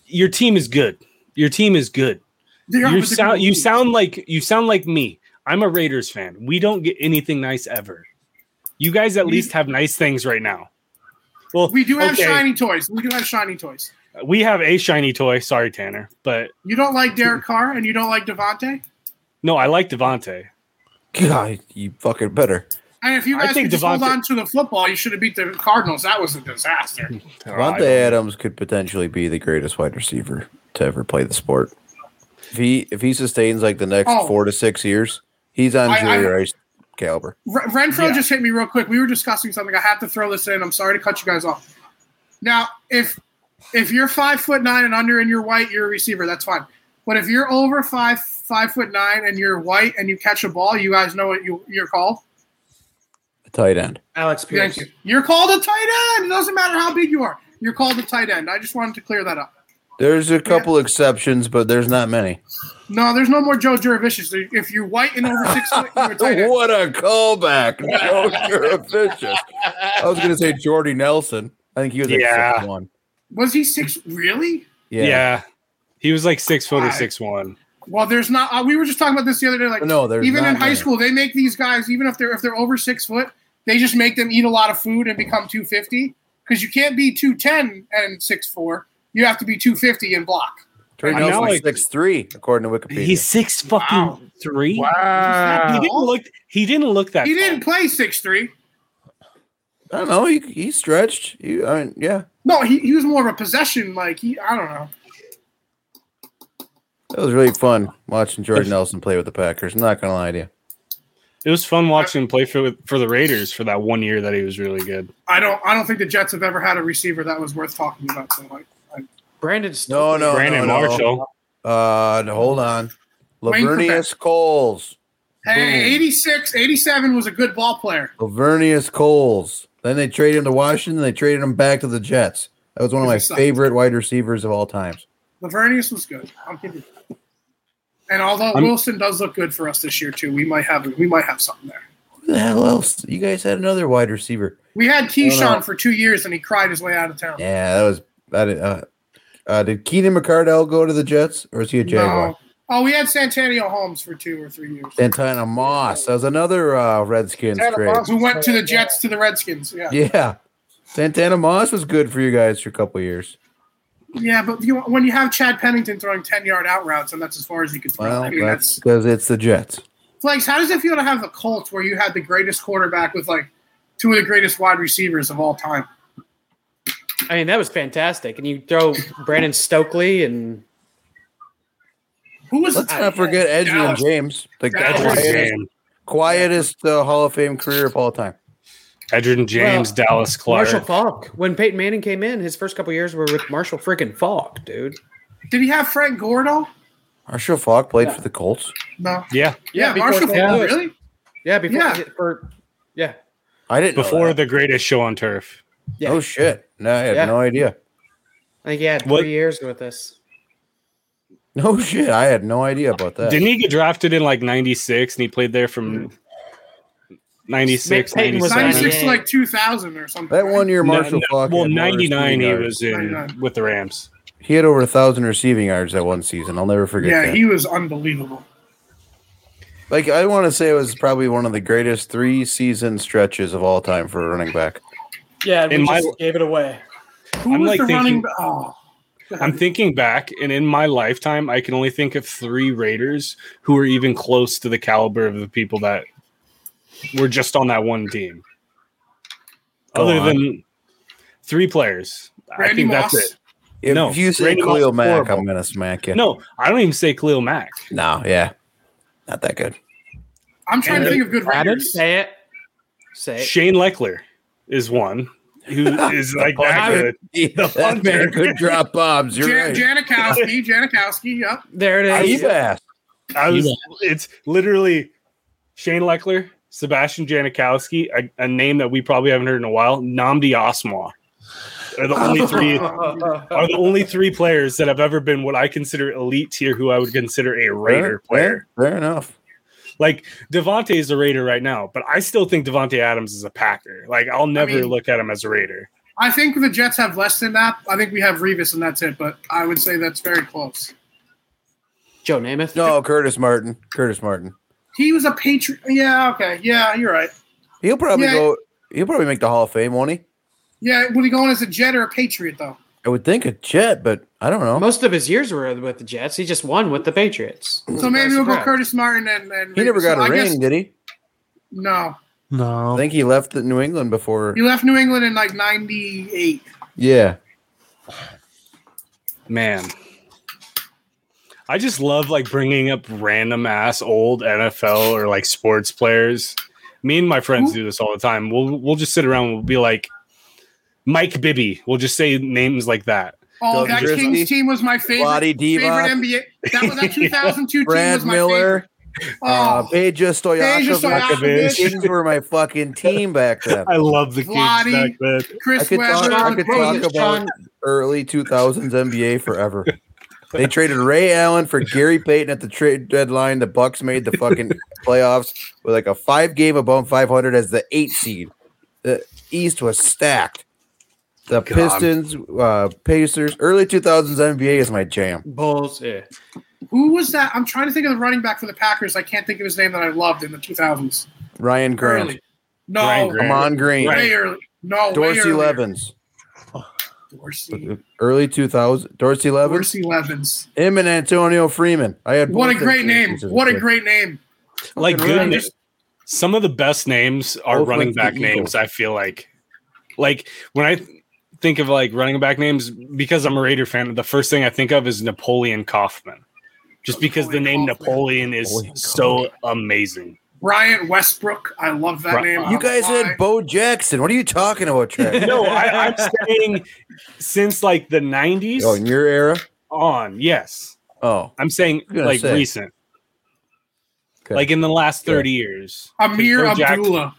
[SPEAKER 2] Your team is good. Your team is good.
[SPEAKER 1] they're- but they're
[SPEAKER 2] you
[SPEAKER 1] gonna
[SPEAKER 2] sound you
[SPEAKER 1] lose.
[SPEAKER 2] sound like you sound like me. I'm a Raiders fan. We don't get anything nice ever. You guys at
[SPEAKER 1] We-
[SPEAKER 2] least have nice things right now. Well,
[SPEAKER 1] We do have
[SPEAKER 2] okay,
[SPEAKER 1] shiny toys. We do have shiny toys.
[SPEAKER 2] We have a shiny toy. Sorry, Tanner, but
[SPEAKER 1] You don't like Derek Carr, and you don't like Devontae.
[SPEAKER 2] no, I like Devontae.
[SPEAKER 6] God, you fucking better.
[SPEAKER 1] And if you
[SPEAKER 2] I
[SPEAKER 1] guys
[SPEAKER 2] think
[SPEAKER 1] could just hold
[SPEAKER 2] Devontae-
[SPEAKER 1] on to the football, you should have beat the Cardinals. That was a disaster.
[SPEAKER 6] Devontae Adams could potentially be the greatest wide receiver to ever play the sport. If he if he sustains like the next
[SPEAKER 1] Oh.
[SPEAKER 6] four to six years, he's on
[SPEAKER 1] I-
[SPEAKER 6] Jerry
[SPEAKER 1] I-
[SPEAKER 6] Rice caliber.
[SPEAKER 1] Re- Renfro
[SPEAKER 2] Yeah.
[SPEAKER 1] just hit me real quick. We were discussing something. I have to throw this in. I'm sorry to cut you guys off. Now, if if you're five foot nine and under and you're white, you're a receiver. That's fine. But if you're over five five foot nine and you're white and you catch a ball, you guys know what you, you're called.
[SPEAKER 6] Tight end.
[SPEAKER 3] Alex
[SPEAKER 1] Thank
[SPEAKER 3] Pierce.
[SPEAKER 1] you. You're called a tight end. It doesn't matter how big you are. You're called a tight end. I just wanted to clear that up.
[SPEAKER 6] There's a couple exceptions, but there's not many.
[SPEAKER 1] No, there's no more Joe Juravicious. If you're white and over six foot, you're a tight end.
[SPEAKER 6] what a callback! No, you're vicious. I was gonna say Jordy Nelson. I think he was like
[SPEAKER 2] Yeah.
[SPEAKER 6] six one.
[SPEAKER 1] Was he six? Really?
[SPEAKER 2] Yeah. he was like six foot or
[SPEAKER 1] Five.
[SPEAKER 2] six one.
[SPEAKER 1] Well, there's not. Uh, we were just talking about this the other day. Like,
[SPEAKER 6] No, there's
[SPEAKER 1] even
[SPEAKER 6] not
[SPEAKER 1] in high
[SPEAKER 6] many.
[SPEAKER 1] school, they make these guys even if they're if they're over six foot, they just make them eat a lot of food and become two fifty because you can't be two ten and six four. You have to be two fifty and block.
[SPEAKER 6] Jordy
[SPEAKER 2] I'm
[SPEAKER 6] Nelson
[SPEAKER 2] not like-
[SPEAKER 6] six three, according to Wikipedia.
[SPEAKER 2] He's six fucking
[SPEAKER 1] Wow.
[SPEAKER 2] three. Uh, He
[SPEAKER 4] Wow.
[SPEAKER 2] didn't look. He didn't look that.
[SPEAKER 1] He
[SPEAKER 2] tall.
[SPEAKER 1] didn't play six three.
[SPEAKER 6] I don't know. He, he stretched. He, I mean, yeah,
[SPEAKER 1] No, he, he was more of a possession. Like he, I don't know.
[SPEAKER 6] it was really fun watching Jordan Nelson play with the Packers. I'm not gonna lie to you.
[SPEAKER 2] It was fun watching him play for for the Raiders for that one year that he was really good.
[SPEAKER 1] I don't. I don't think the Jets have ever had a receiver that was worth talking about. So like,
[SPEAKER 3] Brandon Stokely.
[SPEAKER 6] No, no,
[SPEAKER 2] Brandon
[SPEAKER 6] no, no.
[SPEAKER 2] Marshall.
[SPEAKER 6] Uh, no, hold on,
[SPEAKER 1] Wayne
[SPEAKER 6] Lavernius Coles.
[SPEAKER 1] hey,
[SPEAKER 6] Boom.
[SPEAKER 1] 86, 87 was a good ball player.
[SPEAKER 6] Lavernius Coles. Then they traded him to Washington. They traded him back to the Jets. That was one of my
[SPEAKER 1] He sucked.
[SPEAKER 6] favorite wide receivers of all times.
[SPEAKER 1] Lavernius was good. I'll give you. that. And although
[SPEAKER 2] I'm-
[SPEAKER 1] Wilson does look good for us this year too, we might have we might have something there.
[SPEAKER 6] Who the hell else? You guys had another wide receiver.
[SPEAKER 1] We had
[SPEAKER 6] Well, no.
[SPEAKER 1] Keyshawn for two years, and he cried his way out of town.
[SPEAKER 6] Yeah, that was that. Uh, uh, did Keenan McCardell go to the Jets or is he a Jaguar?
[SPEAKER 1] No. Oh, we had Santanio Holmes for two or three years.
[SPEAKER 6] Santana Moss. That was another uh, Redskins trade.
[SPEAKER 1] Who went to the Jets to the Redskins? Yeah, yeah.
[SPEAKER 6] Yeah. Santana Moss was good for you guys for a couple years.
[SPEAKER 1] but you, when you have Chad Pennington throwing ten yard out routes, and that's as far as you can throw.
[SPEAKER 6] Well,
[SPEAKER 1] I mean,
[SPEAKER 6] that's
[SPEAKER 1] that's
[SPEAKER 6] because it's the Jets.
[SPEAKER 1] Flex, how does it feel to have the Colts where you had the greatest quarterback with like two of the greatest wide receivers of all time?
[SPEAKER 3] I mean, that was fantastic. And you throw Brandon Stokely and
[SPEAKER 1] Who was
[SPEAKER 6] Let's not forget Edgerrin
[SPEAKER 1] Dallas.
[SPEAKER 6] James, the
[SPEAKER 1] Dallas.
[SPEAKER 2] Edgerton
[SPEAKER 1] Edgerrin
[SPEAKER 6] quietest,
[SPEAKER 2] James,
[SPEAKER 6] quietest uh, Hall of Fame career of all time.
[SPEAKER 2] Edgerton James Dallas Clark.
[SPEAKER 3] Marshall Falk. When Peyton Manning came in, his first couple years were with Marshall freaking Falk, dude.
[SPEAKER 1] Did he have Frank Gordo?
[SPEAKER 6] Marshall Falk played for the Colts.
[SPEAKER 1] No.
[SPEAKER 2] yeah,
[SPEAKER 1] Yeah,
[SPEAKER 3] before
[SPEAKER 1] Marshall.
[SPEAKER 3] Frank
[SPEAKER 1] Fulton,
[SPEAKER 3] Lewis.
[SPEAKER 1] Really?
[SPEAKER 3] Yeah, before
[SPEAKER 1] Yeah.
[SPEAKER 3] for- yeah.
[SPEAKER 6] I didn't
[SPEAKER 2] before
[SPEAKER 6] know that.
[SPEAKER 2] the greatest show on turf.
[SPEAKER 3] Yeah.
[SPEAKER 6] Oh shit! No, I had
[SPEAKER 3] Yeah.
[SPEAKER 6] no idea.
[SPEAKER 3] I think he had three
[SPEAKER 2] What-
[SPEAKER 3] years with us.
[SPEAKER 6] No shit! I had no idea about that.
[SPEAKER 2] Didn't he get drafted in like '96 and he played there from
[SPEAKER 6] Mm-hmm.
[SPEAKER 2] '96,
[SPEAKER 3] Peyton was
[SPEAKER 2] '97?
[SPEAKER 1] 96 to
[SPEAKER 3] Yeah.
[SPEAKER 1] like 2000 or something.
[SPEAKER 6] that one year, Marshall
[SPEAKER 2] No,
[SPEAKER 6] Falk.
[SPEAKER 2] Well,
[SPEAKER 6] had more
[SPEAKER 2] '99 he
[SPEAKER 6] receiving
[SPEAKER 2] was in
[SPEAKER 1] 99.
[SPEAKER 2] with the Rams.
[SPEAKER 6] He had over a thousand receiving yards that one season. I'll never forget.
[SPEAKER 1] Yeah,
[SPEAKER 6] that.
[SPEAKER 1] he was unbelievable.
[SPEAKER 6] Like I want to say it was probably one of the greatest three season stretches of all time for a running back.
[SPEAKER 3] Yeah,
[SPEAKER 2] we In my- just
[SPEAKER 3] gave it away.
[SPEAKER 1] Who
[SPEAKER 2] I'm,
[SPEAKER 1] was
[SPEAKER 2] like,
[SPEAKER 1] the
[SPEAKER 2] thinking-
[SPEAKER 1] running? ba- Oh,
[SPEAKER 2] I'm thinking back, and in my lifetime, I can only think of three Raiders who were even close to the caliber of the people that were just on that one team.
[SPEAKER 6] Go
[SPEAKER 2] Other
[SPEAKER 6] on.
[SPEAKER 2] than three players, I
[SPEAKER 1] Randy
[SPEAKER 2] think
[SPEAKER 1] Moss.
[SPEAKER 2] that's it.
[SPEAKER 6] If
[SPEAKER 2] No,
[SPEAKER 6] you say
[SPEAKER 2] Randy Moss
[SPEAKER 6] Khalil
[SPEAKER 2] is
[SPEAKER 6] Mack,
[SPEAKER 2] horrible.
[SPEAKER 6] I'm gonna smack you.
[SPEAKER 2] No, I don't even say Khalil Mack.
[SPEAKER 6] no, yeah, not that good.
[SPEAKER 1] I'm trying to
[SPEAKER 2] And
[SPEAKER 1] think of good Raiders.
[SPEAKER 3] Say it. Say it.
[SPEAKER 2] Shane Leckler is one who is like that
[SPEAKER 6] punter.
[SPEAKER 2] good.
[SPEAKER 6] that
[SPEAKER 2] punter.
[SPEAKER 6] man could drop bombs. You're
[SPEAKER 1] Jan-
[SPEAKER 6] right.
[SPEAKER 1] Janikowski, Janikowski, yep.
[SPEAKER 3] There it is.
[SPEAKER 6] Ibas.
[SPEAKER 2] I was. It's literally Shane Leckler, Sebastian Janikowski, a, a name that we probably haven't heard in a while. Namdi Asma are the only three
[SPEAKER 3] uh,
[SPEAKER 2] are the only three players that have ever been what I consider elite tier, who I would consider a Raider
[SPEAKER 6] Fair-
[SPEAKER 2] player.
[SPEAKER 6] Fair, fair enough.
[SPEAKER 2] Like Devontae is a Raider right now, but I still think Devontae Adams is a Packer. Like I'll never
[SPEAKER 1] mean-
[SPEAKER 2] look at him as a Raider.
[SPEAKER 1] I think the Jets have less than that. I think we have Revis, and that's it. But I would say that's very close.
[SPEAKER 3] Joe Namath.
[SPEAKER 6] No, Curtis Martin. Curtis Martin.
[SPEAKER 1] He was a Patriot. Yeah, okay. Yeah, you're right.
[SPEAKER 6] He'll probably
[SPEAKER 1] Yeah.
[SPEAKER 6] go. He'll probably make the Hall of Fame, won't he?
[SPEAKER 1] Yeah, would he go on as a Jet or a Patriot though?
[SPEAKER 6] I would think a Jet, but I don't know.
[SPEAKER 3] Most of his years were with the Jets. He just won with the Patriots.
[SPEAKER 1] So maybe we'll go
[SPEAKER 3] correct.
[SPEAKER 1] Curtis Martin and, and
[SPEAKER 6] he never
[SPEAKER 1] Revis.
[SPEAKER 6] got a
[SPEAKER 1] I
[SPEAKER 6] ring,
[SPEAKER 1] guess-
[SPEAKER 6] did he?
[SPEAKER 1] no,
[SPEAKER 6] I
[SPEAKER 4] No.
[SPEAKER 6] think he left the New England before.
[SPEAKER 1] he left New England in like '98.
[SPEAKER 6] Yeah,
[SPEAKER 2] Man. I just love like bringing up random ass old NFL or like sports players. Me and my friends do this all the time. We'll we'll just sit around and we'll be like Mike Bibby. We'll just say names like that.
[SPEAKER 1] Oh,
[SPEAKER 6] Doug
[SPEAKER 1] that
[SPEAKER 6] Driscoll.
[SPEAKER 1] Kings team was my favorite.
[SPEAKER 6] Lottie Divac.
[SPEAKER 1] favorite NBA. That was that 2002 team
[SPEAKER 6] Brad
[SPEAKER 1] was my
[SPEAKER 6] Miller,
[SPEAKER 1] favorite.
[SPEAKER 6] uh,
[SPEAKER 1] Oh,
[SPEAKER 6] Peja Stojakovic.
[SPEAKER 1] Stojakovic.
[SPEAKER 2] Markovich.
[SPEAKER 6] Kings were my fucking team back then.
[SPEAKER 2] I love the Kings back
[SPEAKER 1] Vlade.
[SPEAKER 2] then.
[SPEAKER 6] I
[SPEAKER 1] Chris
[SPEAKER 6] could
[SPEAKER 1] Webber.
[SPEAKER 6] talk, I could talk
[SPEAKER 1] Rose-
[SPEAKER 6] about early 2000s NBA forever. They traded Ray Allen for Gary Payton at the trade deadline. The Bucks made the fucking playoffs with like a five game above 500 as the eight seed. The East was stacked. The Pistons, uh, Pacers, early 2000s NBA is my jam.
[SPEAKER 3] Bulls. Yeah.
[SPEAKER 1] Who was that? I'm trying to think of the running back for the Packers. I can't think of his name that I loved in the 2000s.
[SPEAKER 6] Ryan Grant,
[SPEAKER 1] Early. No,
[SPEAKER 2] Brian Grant.
[SPEAKER 6] Amon Green,
[SPEAKER 2] Right.
[SPEAKER 1] way early. No, way
[SPEAKER 6] Dorsey
[SPEAKER 1] earlier.
[SPEAKER 6] Levens,
[SPEAKER 1] Dorsey.
[SPEAKER 6] early 2000s. Dorsey Levens,
[SPEAKER 1] Dorsey Levens.
[SPEAKER 6] him and Antonio Freeman. I had
[SPEAKER 1] What a
[SPEAKER 6] both those
[SPEAKER 1] great name!
[SPEAKER 6] names as
[SPEAKER 1] What a
[SPEAKER 6] kid.
[SPEAKER 1] great name!
[SPEAKER 2] Like
[SPEAKER 6] Fucking right.
[SPEAKER 2] goodness. Some of the best names are
[SPEAKER 6] Oakland's
[SPEAKER 2] running back
[SPEAKER 6] the
[SPEAKER 2] names,
[SPEAKER 6] Eagles.
[SPEAKER 2] I feel like. Like when I th- think of like running back names, because I'm a Raider fan, the first thing I think of is Napoleon Kaufman. Just because the name
[SPEAKER 1] Napoleon
[SPEAKER 2] Napoleon is
[SPEAKER 6] Napoleon
[SPEAKER 2] so amazing.
[SPEAKER 1] Brian Westbrook. I love that
[SPEAKER 2] Bri-
[SPEAKER 1] name.
[SPEAKER 6] You guys
[SPEAKER 1] I-
[SPEAKER 6] had Bo Jackson. What are you talking about, Trent?
[SPEAKER 2] No, I, I'm saying since like the 90s
[SPEAKER 6] Oh, in your era?
[SPEAKER 2] on, yes.
[SPEAKER 6] Oh,
[SPEAKER 2] I'm saying
[SPEAKER 6] gonna
[SPEAKER 2] like
[SPEAKER 6] say.
[SPEAKER 2] recent.
[SPEAKER 6] Okay.
[SPEAKER 2] Like in the last 30 years.
[SPEAKER 1] Amir
[SPEAKER 2] Bo Jackson-
[SPEAKER 1] Abdullah.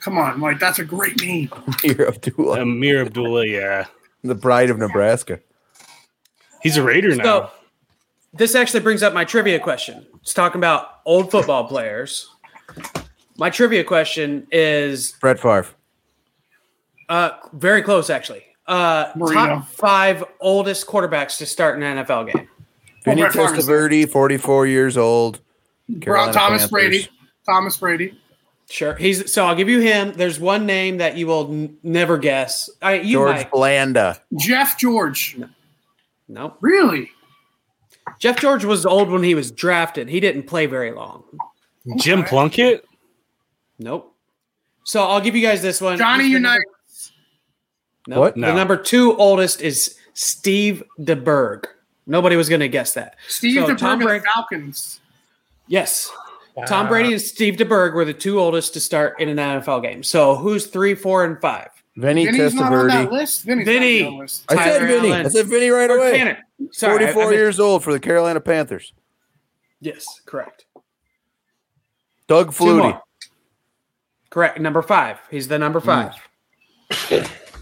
[SPEAKER 1] Come on, like that's a great name.
[SPEAKER 6] you're Abdullah,
[SPEAKER 2] Amir Abdullah, yeah.
[SPEAKER 6] the bride of Nebraska.
[SPEAKER 2] He's a Raider now.
[SPEAKER 3] So this actually brings up my trivia question. It's talking about old football players. My trivia question is
[SPEAKER 6] Brett
[SPEAKER 1] Oh,
[SPEAKER 6] Favre.
[SPEAKER 3] uh, very close, actually. Uh,
[SPEAKER 1] Marino.
[SPEAKER 3] top five oldest quarterbacks to start an NFL game.
[SPEAKER 6] Vinny
[SPEAKER 1] Brett Favre's-
[SPEAKER 6] Testaverde, 44 years old.
[SPEAKER 1] Bro,
[SPEAKER 6] Carolina
[SPEAKER 1] Thomas
[SPEAKER 6] Panthers.
[SPEAKER 1] Brady. Thomas Brady.
[SPEAKER 3] Sure. He's so I'll give you him. There's one name that you will n- never guess. I you
[SPEAKER 6] George
[SPEAKER 3] might.
[SPEAKER 6] Blanda.
[SPEAKER 1] Jeff George.
[SPEAKER 3] Nope.
[SPEAKER 1] Really?
[SPEAKER 3] Jeff George was old when he was drafted. He didn't play very long.
[SPEAKER 2] Jim Plunkett?
[SPEAKER 3] Nope. So I'll give you guys this one.
[SPEAKER 1] Johnny
[SPEAKER 3] He's the
[SPEAKER 1] United.
[SPEAKER 3] Number,
[SPEAKER 6] What?
[SPEAKER 3] what? The
[SPEAKER 2] No.
[SPEAKER 3] number two oldest is Steve DeBerg. Nobody was going to guess that.
[SPEAKER 1] Steve
[SPEAKER 3] So
[SPEAKER 1] so
[SPEAKER 3] Tom
[SPEAKER 1] DeBerg of
[SPEAKER 3] Brady-
[SPEAKER 1] the Falcons.
[SPEAKER 3] Yes. Tom Brady and Steve DeBerg were the two oldest to start in an NFL game. So who's three, four, and five?
[SPEAKER 6] Vinny
[SPEAKER 1] Vinny's not on that
[SPEAKER 6] Testaverde.
[SPEAKER 1] list. Vinny's
[SPEAKER 3] Vinny.
[SPEAKER 1] not on that list.
[SPEAKER 6] I said
[SPEAKER 3] Tyler
[SPEAKER 6] Vinny.
[SPEAKER 3] Allen.
[SPEAKER 6] I said Vinny right away.
[SPEAKER 3] Tanner. Sorry, I- I
[SPEAKER 6] 44
[SPEAKER 3] meant-
[SPEAKER 6] years old for the Carolina Panthers.
[SPEAKER 3] Yes, correct.
[SPEAKER 6] Doug
[SPEAKER 3] Two
[SPEAKER 6] Flutie.
[SPEAKER 3] more. Correct. Number five. He's the number five.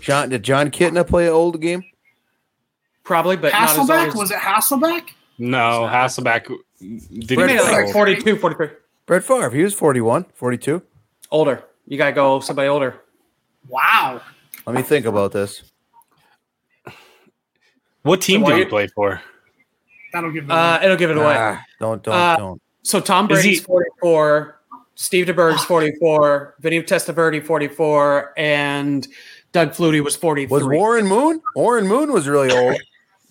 [SPEAKER 6] John, did John Kitna play an old game?
[SPEAKER 3] Probably, but not as
[SPEAKER 1] Hasselbeck?
[SPEAKER 3] old as-
[SPEAKER 1] Was it Hasselbeck?
[SPEAKER 2] No, Hasselback. Did
[SPEAKER 3] He
[SPEAKER 2] he
[SPEAKER 3] made it like
[SPEAKER 2] play?
[SPEAKER 3] 42, 43.
[SPEAKER 6] Brett Favre. He was 41, 42.
[SPEAKER 3] Older. You got to go somebody older.
[SPEAKER 1] Wow.
[SPEAKER 6] Let me think about this.
[SPEAKER 2] What team
[SPEAKER 3] So why
[SPEAKER 2] did he
[SPEAKER 3] you-
[SPEAKER 2] play for?
[SPEAKER 1] That'll give it away.
[SPEAKER 3] Uh, it'll give it away.
[SPEAKER 6] Ah, don't don't
[SPEAKER 3] Uh,
[SPEAKER 6] don't.
[SPEAKER 3] So Tom
[SPEAKER 2] Is
[SPEAKER 3] Brady's
[SPEAKER 2] he-
[SPEAKER 3] 44, Steve DeBerg's 44, Vinny Testaverde 44, and Doug Flutie was 43.
[SPEAKER 6] Was Warren Moon? Warren Moon was really old.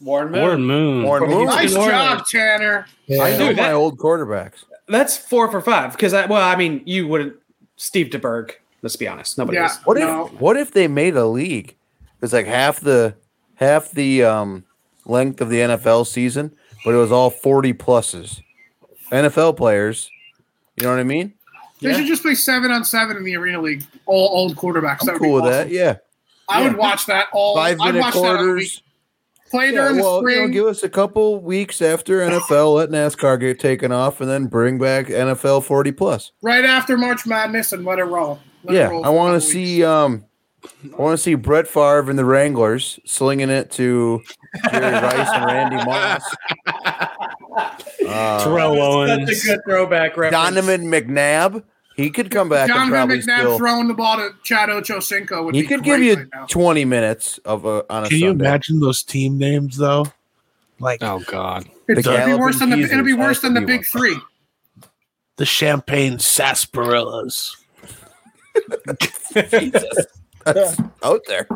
[SPEAKER 3] Warren Moon?
[SPEAKER 2] Warren Moon.
[SPEAKER 6] Warren Moon.
[SPEAKER 1] nice
[SPEAKER 3] Lord.
[SPEAKER 1] job, Tanner.
[SPEAKER 6] I know
[SPEAKER 3] Dude,
[SPEAKER 6] my
[SPEAKER 3] that-
[SPEAKER 6] old quarterbacks.
[SPEAKER 3] That's four for five. Because, I, well, I mean, you wouldn't. Steve DeBerg, let's be honest. Nobody
[SPEAKER 1] Yeah.
[SPEAKER 3] is.
[SPEAKER 6] What
[SPEAKER 1] No.
[SPEAKER 6] if what if they made a league? It's like half the half the um, length of the NFL season, but it was all forty pluses. NFL players, you know what I mean?
[SPEAKER 1] They
[SPEAKER 3] Yeah.
[SPEAKER 1] should just play seven on seven in the arena league. All old quarterbacks.
[SPEAKER 6] I'm
[SPEAKER 1] That'd
[SPEAKER 6] cool
[SPEAKER 1] be
[SPEAKER 6] with
[SPEAKER 1] awesome.
[SPEAKER 6] that. Yeah,
[SPEAKER 1] I
[SPEAKER 6] Yeah.
[SPEAKER 1] would watch that all.
[SPEAKER 6] five
[SPEAKER 1] I'd
[SPEAKER 6] minute
[SPEAKER 1] watch that on the week.
[SPEAKER 6] quarters.
[SPEAKER 1] Play
[SPEAKER 6] Yeah,
[SPEAKER 1] during
[SPEAKER 6] well,
[SPEAKER 1] the
[SPEAKER 6] you know,
[SPEAKER 1] spring.
[SPEAKER 6] give us a couple weeks after NFL, let NASCAR get taken off, and then bring back NFL forty plus.
[SPEAKER 1] right after March Madness and let it roll. Let it
[SPEAKER 6] Yeah,
[SPEAKER 1] roll
[SPEAKER 6] I
[SPEAKER 1] for a
[SPEAKER 6] want to
[SPEAKER 1] couple weeks.
[SPEAKER 6] see. Um, I want to see Brett Favre and the Wranglers slinging it to Jerry Rice and Randy Moss. Uh,
[SPEAKER 2] Terrell Owens.
[SPEAKER 3] That's a good throwback reference.
[SPEAKER 6] Donovan McNabb, he could come back and
[SPEAKER 1] Donovan
[SPEAKER 6] uh, probably
[SPEAKER 1] McNabb
[SPEAKER 6] still.
[SPEAKER 1] throwing the ball to Chad Ochocinco would
[SPEAKER 6] He
[SPEAKER 1] be
[SPEAKER 6] could
[SPEAKER 1] great
[SPEAKER 6] give you
[SPEAKER 1] right now.
[SPEAKER 6] 20 minutes of a on a
[SPEAKER 4] Can
[SPEAKER 6] Sunday.
[SPEAKER 4] you imagine those team names though? Like
[SPEAKER 2] Oh God.
[SPEAKER 1] It'd be
[SPEAKER 6] galloping
[SPEAKER 1] worse than the
[SPEAKER 6] Jesus
[SPEAKER 1] it'd be worse
[SPEAKER 6] has to
[SPEAKER 1] than the
[SPEAKER 6] be
[SPEAKER 1] big
[SPEAKER 6] one.
[SPEAKER 1] three.
[SPEAKER 4] the Champagne Sarsaparillas.
[SPEAKER 6] That's out there.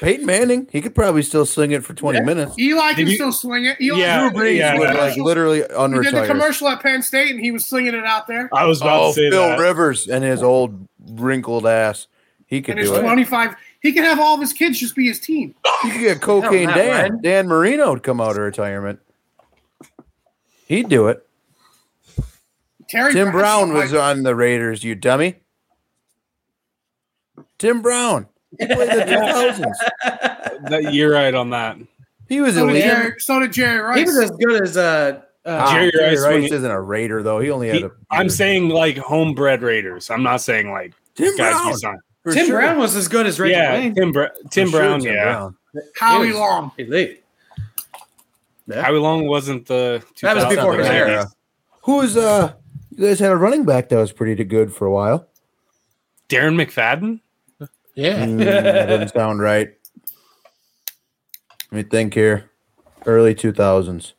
[SPEAKER 6] Peyton Manning, he could probably still sling it for 20 minutes.
[SPEAKER 1] Eli can
[SPEAKER 2] you-
[SPEAKER 1] still sling it. Eli
[SPEAKER 2] Yeah,
[SPEAKER 1] Drew Brees
[SPEAKER 2] yeah,
[SPEAKER 1] did
[SPEAKER 6] Would,
[SPEAKER 1] the
[SPEAKER 6] like
[SPEAKER 1] commercial-
[SPEAKER 6] literally
[SPEAKER 1] he did the
[SPEAKER 6] unretire.
[SPEAKER 1] commercial at Penn State and he was slinging it out there.
[SPEAKER 2] I was about
[SPEAKER 6] Oh,
[SPEAKER 2] to say
[SPEAKER 6] Phil
[SPEAKER 2] that.
[SPEAKER 6] Rivers and his old wrinkled ass. He could
[SPEAKER 1] And his
[SPEAKER 6] do it.
[SPEAKER 1] twenty five he could have all of his kids just be his team.
[SPEAKER 6] You could get cocaine
[SPEAKER 3] Matt
[SPEAKER 6] Dan.
[SPEAKER 3] Ryan.
[SPEAKER 6] Dan Marino would come out of retirement. He'd do it.
[SPEAKER 1] Terry
[SPEAKER 6] Tim Brown
[SPEAKER 1] like,
[SPEAKER 6] was uh, on the Raiders, you dummy. Tim Brown. He played in the 2000s.
[SPEAKER 2] That- you're right on that.
[SPEAKER 6] He was
[SPEAKER 1] so,
[SPEAKER 6] in
[SPEAKER 1] did
[SPEAKER 6] Jerry,
[SPEAKER 1] Jerry, so did Jerry
[SPEAKER 3] He
[SPEAKER 1] Rice.
[SPEAKER 3] was as good as uh, uh,
[SPEAKER 2] Jerry
[SPEAKER 6] Ah, Jerry,
[SPEAKER 2] Rice
[SPEAKER 6] Rice,
[SPEAKER 2] when he-
[SPEAKER 6] isn't a Raider, though. He only had
[SPEAKER 2] He,
[SPEAKER 6] a.
[SPEAKER 2] I'm saying like homebred Raiders. I'm not saying like
[SPEAKER 6] Tim
[SPEAKER 2] guys
[SPEAKER 6] Brown.
[SPEAKER 2] we signed.
[SPEAKER 6] for
[SPEAKER 3] Tim
[SPEAKER 6] sure.
[SPEAKER 3] Brown was as good as Reggie
[SPEAKER 2] yeah,
[SPEAKER 3] Wayne.
[SPEAKER 2] Tim, Br- Tim
[SPEAKER 6] For sure
[SPEAKER 2] Brown. yeah,
[SPEAKER 1] Howie
[SPEAKER 3] Yes.
[SPEAKER 1] Long.
[SPEAKER 3] Elite. Yeah.
[SPEAKER 2] Howie Long wasn't the.
[SPEAKER 3] That was
[SPEAKER 2] 2000s.
[SPEAKER 3] before his era.
[SPEAKER 6] Who was, uh, you guys had a running back that was pretty good for a while.
[SPEAKER 2] Darren McFadden.
[SPEAKER 4] Yeah.
[SPEAKER 6] Mm, that doesn't sound right. Let me think here. Early 2000s.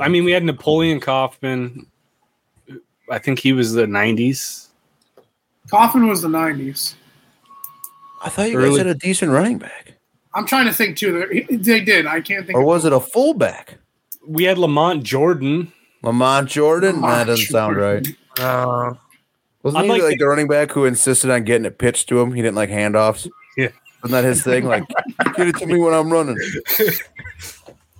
[SPEAKER 2] I mean, we had Napoleon Kaufman. I think he was the 90s.
[SPEAKER 1] Coffin was the nineties.
[SPEAKER 6] I thought you guys
[SPEAKER 2] Early-
[SPEAKER 6] had a decent running back.
[SPEAKER 1] I'm trying to think too. They- They did. I can't think.
[SPEAKER 6] Or was it a fullback?
[SPEAKER 2] We had Lamont Jordan.
[SPEAKER 6] Lamont Jordan? that
[SPEAKER 1] Lamont
[SPEAKER 6] doesn't sound
[SPEAKER 1] Jordan.
[SPEAKER 6] right.
[SPEAKER 4] Uh,
[SPEAKER 6] Wasn't
[SPEAKER 2] I'd
[SPEAKER 6] he
[SPEAKER 2] like
[SPEAKER 6] like,
[SPEAKER 2] to-
[SPEAKER 6] the running back who insisted on getting it pitched to him? He didn't like handoffs.
[SPEAKER 2] Yeah.
[SPEAKER 6] Wasn't that his thing? Like, get it to me when I'm running.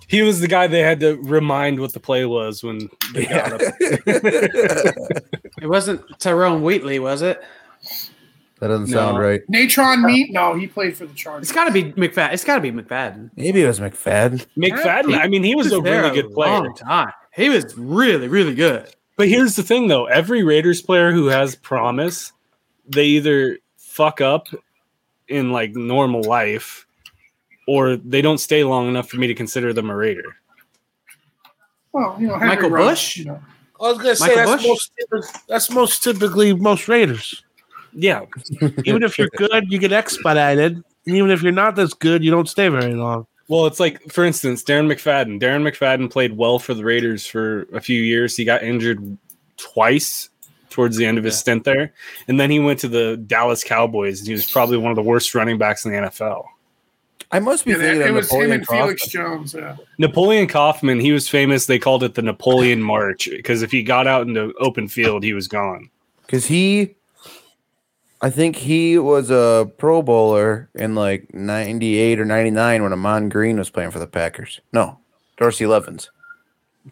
[SPEAKER 2] He was the guy they had to remind what the play was when they got up.
[SPEAKER 3] It wasn't Tyrone Wheatley, was it?
[SPEAKER 6] That doesn't
[SPEAKER 2] No.
[SPEAKER 6] sound right.
[SPEAKER 1] Natron Meat? No, he played for the Chargers.
[SPEAKER 3] It's got to be McFadden. It's got to be McFadden.
[SPEAKER 6] Maybe it was McFadden.
[SPEAKER 2] McFadden. I mean, he was a
[SPEAKER 3] there
[SPEAKER 2] really good player.
[SPEAKER 3] Long time. He was really, really good.
[SPEAKER 2] But here's the thing, though: every Raiders player who has promise, they either fuck up in like normal life, or they don't stay long enough for me to consider them a Raider.
[SPEAKER 1] well, you know, Henry
[SPEAKER 3] Michael
[SPEAKER 1] Rhodes,
[SPEAKER 3] Bush?
[SPEAKER 1] you know.
[SPEAKER 4] I was gonna say
[SPEAKER 3] Michael
[SPEAKER 4] that's
[SPEAKER 3] Bush?
[SPEAKER 4] most typi- that's most typically most Raiders.
[SPEAKER 2] Yeah,
[SPEAKER 4] Even if you're good, you get expedited. And even if you're not this good, you don't stay very long.
[SPEAKER 2] Well, it's like, for instance, Darren McFadden. Darren McFadden played well for the Raiders for a few years. He got injured twice towards the end of his stint there. And then he went to the Dallas Cowboys, and he was probably one of the worst running backs in the NFL.
[SPEAKER 6] I must be
[SPEAKER 1] Yeah,
[SPEAKER 6] thinking
[SPEAKER 1] it
[SPEAKER 6] of
[SPEAKER 1] was him
[SPEAKER 6] Napoleon
[SPEAKER 1] and Felix
[SPEAKER 6] Coughlin.
[SPEAKER 1] Jones. Yeah.
[SPEAKER 2] Napoleon Kaufman, he was famous. They called it the Napoleon March because if he got out into open field, he was gone.
[SPEAKER 6] because he, I think he was a Pro Bowler in like '98 or '99 when Amon Green was playing for the Packers. No, Dorsey Levens.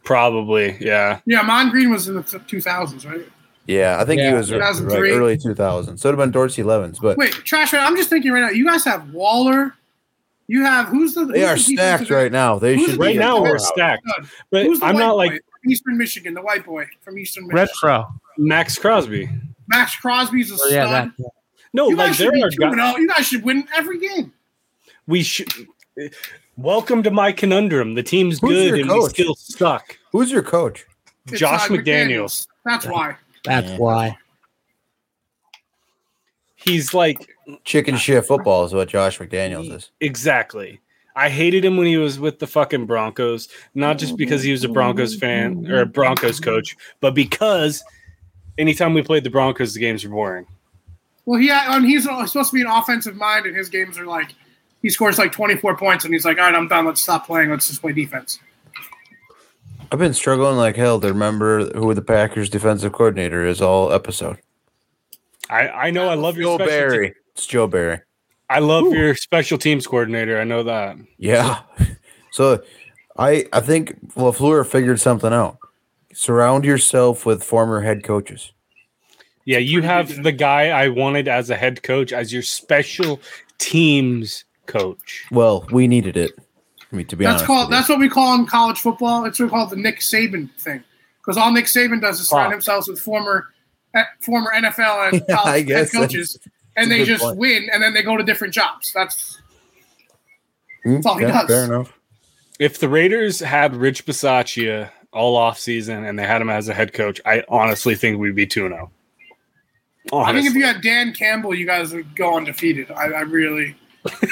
[SPEAKER 2] Probably, yeah.
[SPEAKER 1] Yeah, Mon Green was in the th- 2000s, right?
[SPEAKER 6] Yeah, I think he was r- right,
[SPEAKER 1] 2003.
[SPEAKER 6] early 2000. So it'd have been Dorsey Levens, but
[SPEAKER 1] Wait, Trashman, I'm just thinking right now. You guys have Waller. You have who's the?
[SPEAKER 6] they are
[SPEAKER 1] who's the defensive
[SPEAKER 6] stacked right
[SPEAKER 1] end?
[SPEAKER 6] now. They
[SPEAKER 1] Who's
[SPEAKER 6] should
[SPEAKER 1] the
[SPEAKER 2] Right
[SPEAKER 6] be-
[SPEAKER 2] now, we're
[SPEAKER 1] defensive
[SPEAKER 2] stacked.
[SPEAKER 1] end?
[SPEAKER 2] But
[SPEAKER 1] Who's the
[SPEAKER 2] I'm
[SPEAKER 1] white
[SPEAKER 2] not
[SPEAKER 1] boy
[SPEAKER 2] like
[SPEAKER 1] from Eastern Michigan, the white boy from Eastern Michigan.
[SPEAKER 4] Retro.
[SPEAKER 2] Max Crosby.
[SPEAKER 1] Max Crosby's a
[SPEAKER 4] Oh,
[SPEAKER 1] stud.
[SPEAKER 4] yeah, that.
[SPEAKER 2] No,
[SPEAKER 1] you,
[SPEAKER 2] oh, like
[SPEAKER 1] guys
[SPEAKER 2] there
[SPEAKER 1] should be
[SPEAKER 2] are
[SPEAKER 1] two and
[SPEAKER 2] guys.
[SPEAKER 1] oh. you guys should win every game.
[SPEAKER 2] we should welcome to my conundrum. The team's
[SPEAKER 6] Who's
[SPEAKER 2] good
[SPEAKER 6] your
[SPEAKER 2] and we
[SPEAKER 6] coach?
[SPEAKER 2] still suck.
[SPEAKER 6] Who's your coach?
[SPEAKER 1] It's,
[SPEAKER 2] Josh
[SPEAKER 1] uh,
[SPEAKER 2] McDaniels.
[SPEAKER 1] That's why.
[SPEAKER 4] That's why.
[SPEAKER 2] He's like
[SPEAKER 6] Chicken shit football is what Josh McDaniels is.
[SPEAKER 2] Exactly. I hated him when he was with the fucking Broncos, not just because he was a Broncos fan or a Broncos coach, but because anytime we played the Broncos, the games were boring.
[SPEAKER 1] Well, he uh, and he's supposed to be an offensive mind, and his games are like he scores like 24 points, and he's like, "All right, I'm done. Let's stop playing. Let's just play defense."
[SPEAKER 6] I've been struggling like hell to remember who the Packers defensive coordinator is all episode.
[SPEAKER 2] I, I know I love your
[SPEAKER 6] Joe
[SPEAKER 2] special
[SPEAKER 6] Barry.
[SPEAKER 2] te-
[SPEAKER 6] It's Joe Barry.
[SPEAKER 2] I love your special teams coordinator. I know that.
[SPEAKER 6] Yeah. So I I think LaFleur figured something out. Surround yourself with former head coaches.
[SPEAKER 2] Yeah, you have the guy I wanted as a head coach as your special teams coach.
[SPEAKER 6] Well, we needed it. I mean, to be
[SPEAKER 1] That's
[SPEAKER 6] honest.
[SPEAKER 1] called
[SPEAKER 6] with you.
[SPEAKER 1] that's what we call in college football. It's what we call the Nick Saban thing, because all Nick Saban does is surround
[SPEAKER 2] Fuck.
[SPEAKER 1] himself with former eh, former NFL and
[SPEAKER 6] Yeah, I
[SPEAKER 1] college head
[SPEAKER 6] guess that's-
[SPEAKER 1] coaches,
[SPEAKER 6] a
[SPEAKER 1] and they
[SPEAKER 6] good
[SPEAKER 1] just
[SPEAKER 6] point.
[SPEAKER 1] win, and then they go to different jobs. That's
[SPEAKER 6] Hmm,
[SPEAKER 1] that's all he
[SPEAKER 6] yeah,
[SPEAKER 1] does.
[SPEAKER 6] Fair enough.
[SPEAKER 2] If the Raiders had Rich Bisaccia all offseason and they had him as a head coach, I honestly think we'd be oh. 2 0.
[SPEAKER 1] I think if you had Dan Campbell, you guys would go undefeated. I, I really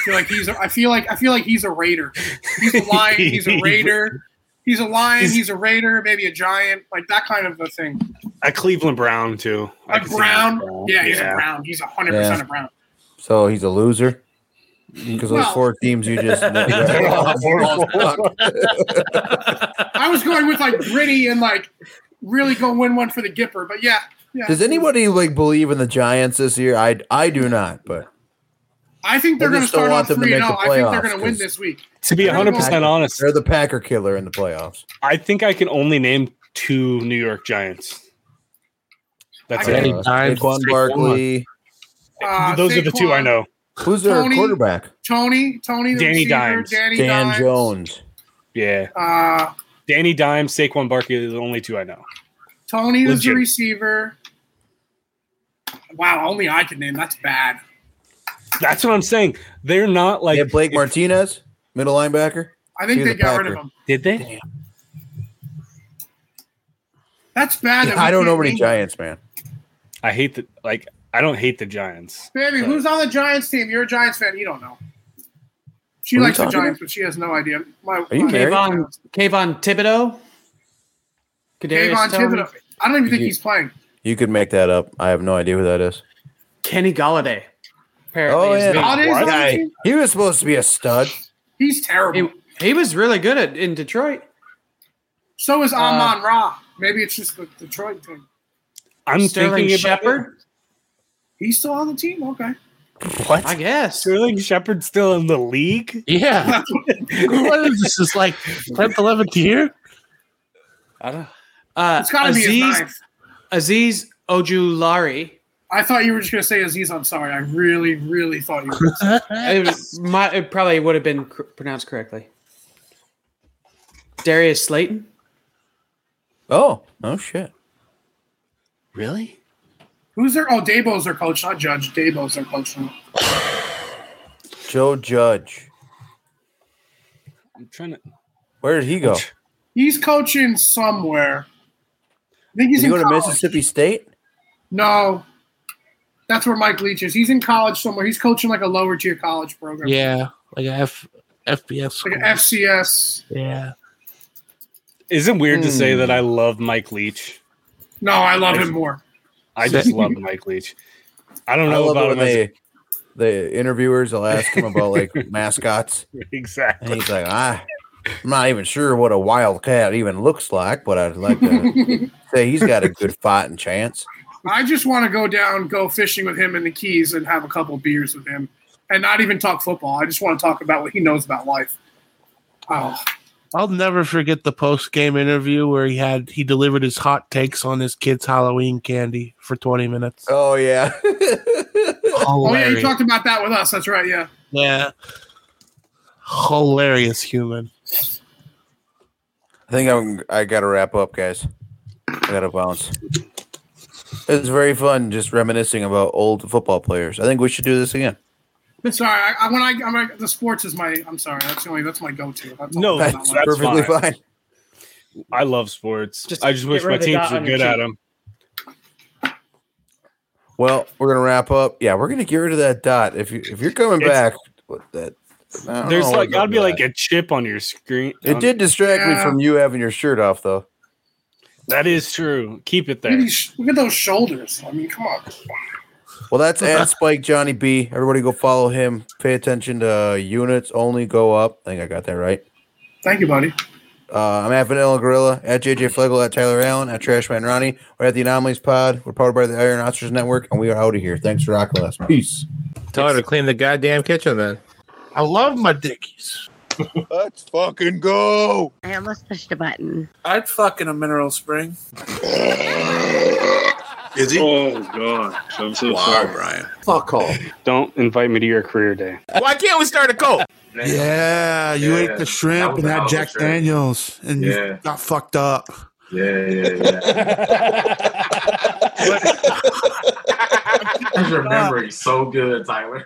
[SPEAKER 1] feel like he's. A, I feel like I feel like he's a raider. He's a lion. He's a raider. He's a lion. He's,
[SPEAKER 2] He's-
[SPEAKER 1] a raider. Maybe a giant, like that kind of a thing.
[SPEAKER 2] a Cleveland Brown, too. I
[SPEAKER 1] A
[SPEAKER 2] could see him
[SPEAKER 1] brown.
[SPEAKER 2] as a
[SPEAKER 1] Yeah, he's a brown. He's a hundred percent
[SPEAKER 6] Yeah.
[SPEAKER 1] a brown.
[SPEAKER 6] So he's a loser. Because those
[SPEAKER 1] Hmm. Well-
[SPEAKER 6] four teams you just
[SPEAKER 2] They're all horrible.
[SPEAKER 1] I was going with like gritty and like really go win one for the Gipper, but yeah, yeah.
[SPEAKER 6] Does anybody like believe in the Giants this year? I I do not, but
[SPEAKER 1] I think they're
[SPEAKER 6] Well,
[SPEAKER 1] going
[SPEAKER 6] they
[SPEAKER 1] to
[SPEAKER 6] still
[SPEAKER 1] start
[SPEAKER 6] want
[SPEAKER 1] off
[SPEAKER 6] them to
[SPEAKER 1] three and
[SPEAKER 6] make
[SPEAKER 1] zero.
[SPEAKER 6] the
[SPEAKER 1] I think they're
[SPEAKER 6] playoffs,
[SPEAKER 1] going to win
[SPEAKER 6] 'cause-
[SPEAKER 1] this week.
[SPEAKER 2] to be 100% honest,
[SPEAKER 6] they're the Packer killer in the playoffs.
[SPEAKER 2] I think I can only name two New York Giants. That's
[SPEAKER 1] I
[SPEAKER 2] it.
[SPEAKER 4] Danny
[SPEAKER 6] Uh,
[SPEAKER 4] Dimes,
[SPEAKER 6] Saquon
[SPEAKER 4] Saquon.
[SPEAKER 6] Barkley.
[SPEAKER 1] Uh,
[SPEAKER 2] Those are the two I
[SPEAKER 1] Saquon,
[SPEAKER 2] know.
[SPEAKER 6] Who's their
[SPEAKER 1] Tony-
[SPEAKER 6] quarterback?
[SPEAKER 1] Tony, Tony, the
[SPEAKER 2] Danny
[SPEAKER 1] receiver,
[SPEAKER 2] Dimes.
[SPEAKER 1] Danny
[SPEAKER 6] Dan
[SPEAKER 1] Dimes,
[SPEAKER 6] Jones.
[SPEAKER 2] Yeah.
[SPEAKER 1] Uh,
[SPEAKER 2] Danny Dimes, Saquon Barkley are the only two I know.
[SPEAKER 1] Tony was the
[SPEAKER 2] Legit.
[SPEAKER 1] receiver. Wow, only I can name. That's bad.
[SPEAKER 2] That's what I'm saying. They're not
[SPEAKER 6] They
[SPEAKER 2] like
[SPEAKER 6] have Blake Martinez, middle linebacker.
[SPEAKER 1] I think
[SPEAKER 6] You're
[SPEAKER 1] they
[SPEAKER 6] the
[SPEAKER 1] got rid
[SPEAKER 6] Packer.
[SPEAKER 1] of him.
[SPEAKER 2] Did they?
[SPEAKER 1] That's bad. that we
[SPEAKER 6] I don't know
[SPEAKER 1] can't
[SPEAKER 6] many
[SPEAKER 1] name-
[SPEAKER 6] Giants, man.
[SPEAKER 2] I hate the like. I don't hate the Giants.
[SPEAKER 1] Baby, who's on the Giants team? You're a Giants fan. You don't know. She
[SPEAKER 6] What are you
[SPEAKER 1] likes the
[SPEAKER 6] talking
[SPEAKER 1] Giants, but she has no idea. My,
[SPEAKER 6] Are you
[SPEAKER 1] my-
[SPEAKER 6] married?
[SPEAKER 3] Kayvon, Kayvon Thibodeau. Kadarius
[SPEAKER 1] Kayvon
[SPEAKER 3] Tony,
[SPEAKER 1] Thibodeau. I don't even think
[SPEAKER 6] You-
[SPEAKER 1] he's playing.
[SPEAKER 6] You could make that up. I have no idea who that is.
[SPEAKER 3] Kenny Galladay. Apparently,
[SPEAKER 6] Oh,
[SPEAKER 3] is
[SPEAKER 6] yeah.
[SPEAKER 3] big.
[SPEAKER 1] Galladay's on the
[SPEAKER 6] Guy,
[SPEAKER 1] team?
[SPEAKER 6] he was supposed to be a stud.
[SPEAKER 1] He's terrible.
[SPEAKER 3] he, he was really good at, in Detroit.
[SPEAKER 1] so
[SPEAKER 3] uh,
[SPEAKER 1] is Amon Ra. Maybe it's just the Detroit thing.
[SPEAKER 2] I'm
[SPEAKER 3] Sterling
[SPEAKER 2] thinking about it.
[SPEAKER 3] Shepard,
[SPEAKER 1] He's still on the team? Okay.
[SPEAKER 3] I
[SPEAKER 4] What?
[SPEAKER 3] guess.
[SPEAKER 2] Sterling Shepard's still in the league.
[SPEAKER 4] Yeah. what is this? Is like 10th, 11th year?
[SPEAKER 3] I don't. Uh,
[SPEAKER 1] It's got to be his
[SPEAKER 3] Aziz
[SPEAKER 1] ninth.
[SPEAKER 3] Aziz Ojulari.
[SPEAKER 1] I thought you were just going to say Aziz. I'm sorry. I really, really thought you were. gonna say-
[SPEAKER 3] It, was, my, it probably would have been cr- pronounced correctly. Darius Slayton.
[SPEAKER 6] Oh, oh shit.
[SPEAKER 3] Really?
[SPEAKER 1] Who's their? Oh, Dabo's their coach, not Judge. Dabo's their coach. now.
[SPEAKER 6] Joe Judge.
[SPEAKER 2] I'm trying to.
[SPEAKER 6] Where did he go?
[SPEAKER 1] He's coaching somewhere. I think he's
[SPEAKER 6] Did he
[SPEAKER 1] in
[SPEAKER 6] go to
[SPEAKER 1] college.
[SPEAKER 6] Mississippi State?
[SPEAKER 1] No, that's where Mike Leach is. He's in college somewhere. He's coaching like a lower tier college program.
[SPEAKER 4] Yeah. Like a F, FBS.
[SPEAKER 1] Like
[SPEAKER 4] School.
[SPEAKER 1] an FCS.
[SPEAKER 4] yeah.
[SPEAKER 2] Is it weird to say
[SPEAKER 6] Hmm.
[SPEAKER 2] that I love Mike Leach?
[SPEAKER 1] No, I love him more.
[SPEAKER 2] I just love Mike Leach. I don't
[SPEAKER 6] I,
[SPEAKER 2] know
[SPEAKER 6] love
[SPEAKER 2] about
[SPEAKER 6] it
[SPEAKER 2] him.
[SPEAKER 6] when
[SPEAKER 2] As
[SPEAKER 6] they, the interviewers will ask him about like mascots,
[SPEAKER 2] exactly.
[SPEAKER 6] and he's like, ah, I'm not even sure what a wildcat even looks like, but I'd like to say he's got a good fighting chance.
[SPEAKER 1] I just want to go down, go fishing with him in the Keys, and have a couple beers with him, and not even talk football. I just want to talk about what he knows about life. Oh,
[SPEAKER 4] I'll never forget the post game interview where he had he delivered his hot takes on his kids' Halloween candy for 20 minutes.
[SPEAKER 6] Oh yeah.
[SPEAKER 1] oh yeah, you
[SPEAKER 4] Hilarious.
[SPEAKER 1] talked about that with us. That's right. Yeah,
[SPEAKER 4] yeah. Hilarious human.
[SPEAKER 6] I think I'm. I gotta wrap up, guys. I gotta bounce. It's very fun just reminiscing about old football players. I think we should do this again.
[SPEAKER 1] sorry. I, I when I I'm like, the sports is my. I'm sorry. That's the only. That's my go-to. That's all
[SPEAKER 2] No,
[SPEAKER 1] about
[SPEAKER 6] That's,
[SPEAKER 1] that one.
[SPEAKER 6] perfectly fine.
[SPEAKER 2] I love sports.
[SPEAKER 3] Just
[SPEAKER 2] I just
[SPEAKER 3] get
[SPEAKER 2] wish
[SPEAKER 3] rid
[SPEAKER 2] my
[SPEAKER 3] of the
[SPEAKER 2] teams
[SPEAKER 3] dot
[SPEAKER 2] were
[SPEAKER 3] on your
[SPEAKER 2] good at
[SPEAKER 3] cheek.
[SPEAKER 2] them.
[SPEAKER 6] Well, we're gonna wrap up. Yeah, we're gonna get rid of that dot. If you if you're coming
[SPEAKER 2] It's-
[SPEAKER 6] back, what that I don't
[SPEAKER 2] There's
[SPEAKER 6] know
[SPEAKER 2] like
[SPEAKER 6] what
[SPEAKER 2] gotta be
[SPEAKER 6] that-
[SPEAKER 2] like a chip on your screen. Um,
[SPEAKER 6] It
[SPEAKER 2] on-
[SPEAKER 6] did distract me
[SPEAKER 1] Yeah.
[SPEAKER 6] from you having your shirt off, though.
[SPEAKER 2] That is true. Keep it
[SPEAKER 1] Look at,
[SPEAKER 2] there.
[SPEAKER 1] these, look at those shoulders. I mean, come on.
[SPEAKER 6] Well, that's at Spike Johnny B. Everybody go follow him. Pay attention to uh, units only go up. I think I got that right.
[SPEAKER 1] Thank you, buddy.
[SPEAKER 6] Uh, I'm at Vanilla Gorilla, at JJ Flegel, at Tyler Allen, at Trashman Ronnie. We're at the Anomalies Pod. We're powered by the Iron Ostrich Network, and we are out of here. Thanks for rocking with us. Peace.
[SPEAKER 5] Tell her to clean the goddamn kitchen then.
[SPEAKER 4] I love my dickies.
[SPEAKER 6] Let's fucking go.
[SPEAKER 8] I almost pushed a button.
[SPEAKER 9] I'd fuck in a mineral spring.
[SPEAKER 10] Is he?
[SPEAKER 2] Oh god. I'm so
[SPEAKER 10] Wow, Brian.
[SPEAKER 9] Fuck off.
[SPEAKER 2] Don't invite me to your career day.
[SPEAKER 5] Why can't we start a cult?
[SPEAKER 11] Yeah, you
[SPEAKER 10] Yeah,
[SPEAKER 11] ate the
[SPEAKER 10] that
[SPEAKER 11] shrimp
[SPEAKER 10] was
[SPEAKER 11] and
[SPEAKER 10] a
[SPEAKER 11] had
[SPEAKER 10] hell of a
[SPEAKER 11] Jack
[SPEAKER 10] trip.
[SPEAKER 11] Daniels, and
[SPEAKER 10] Yeah.
[SPEAKER 11] you got fucked up.
[SPEAKER 10] Yeah, yeah, yeah. I remember it so good, Tyler.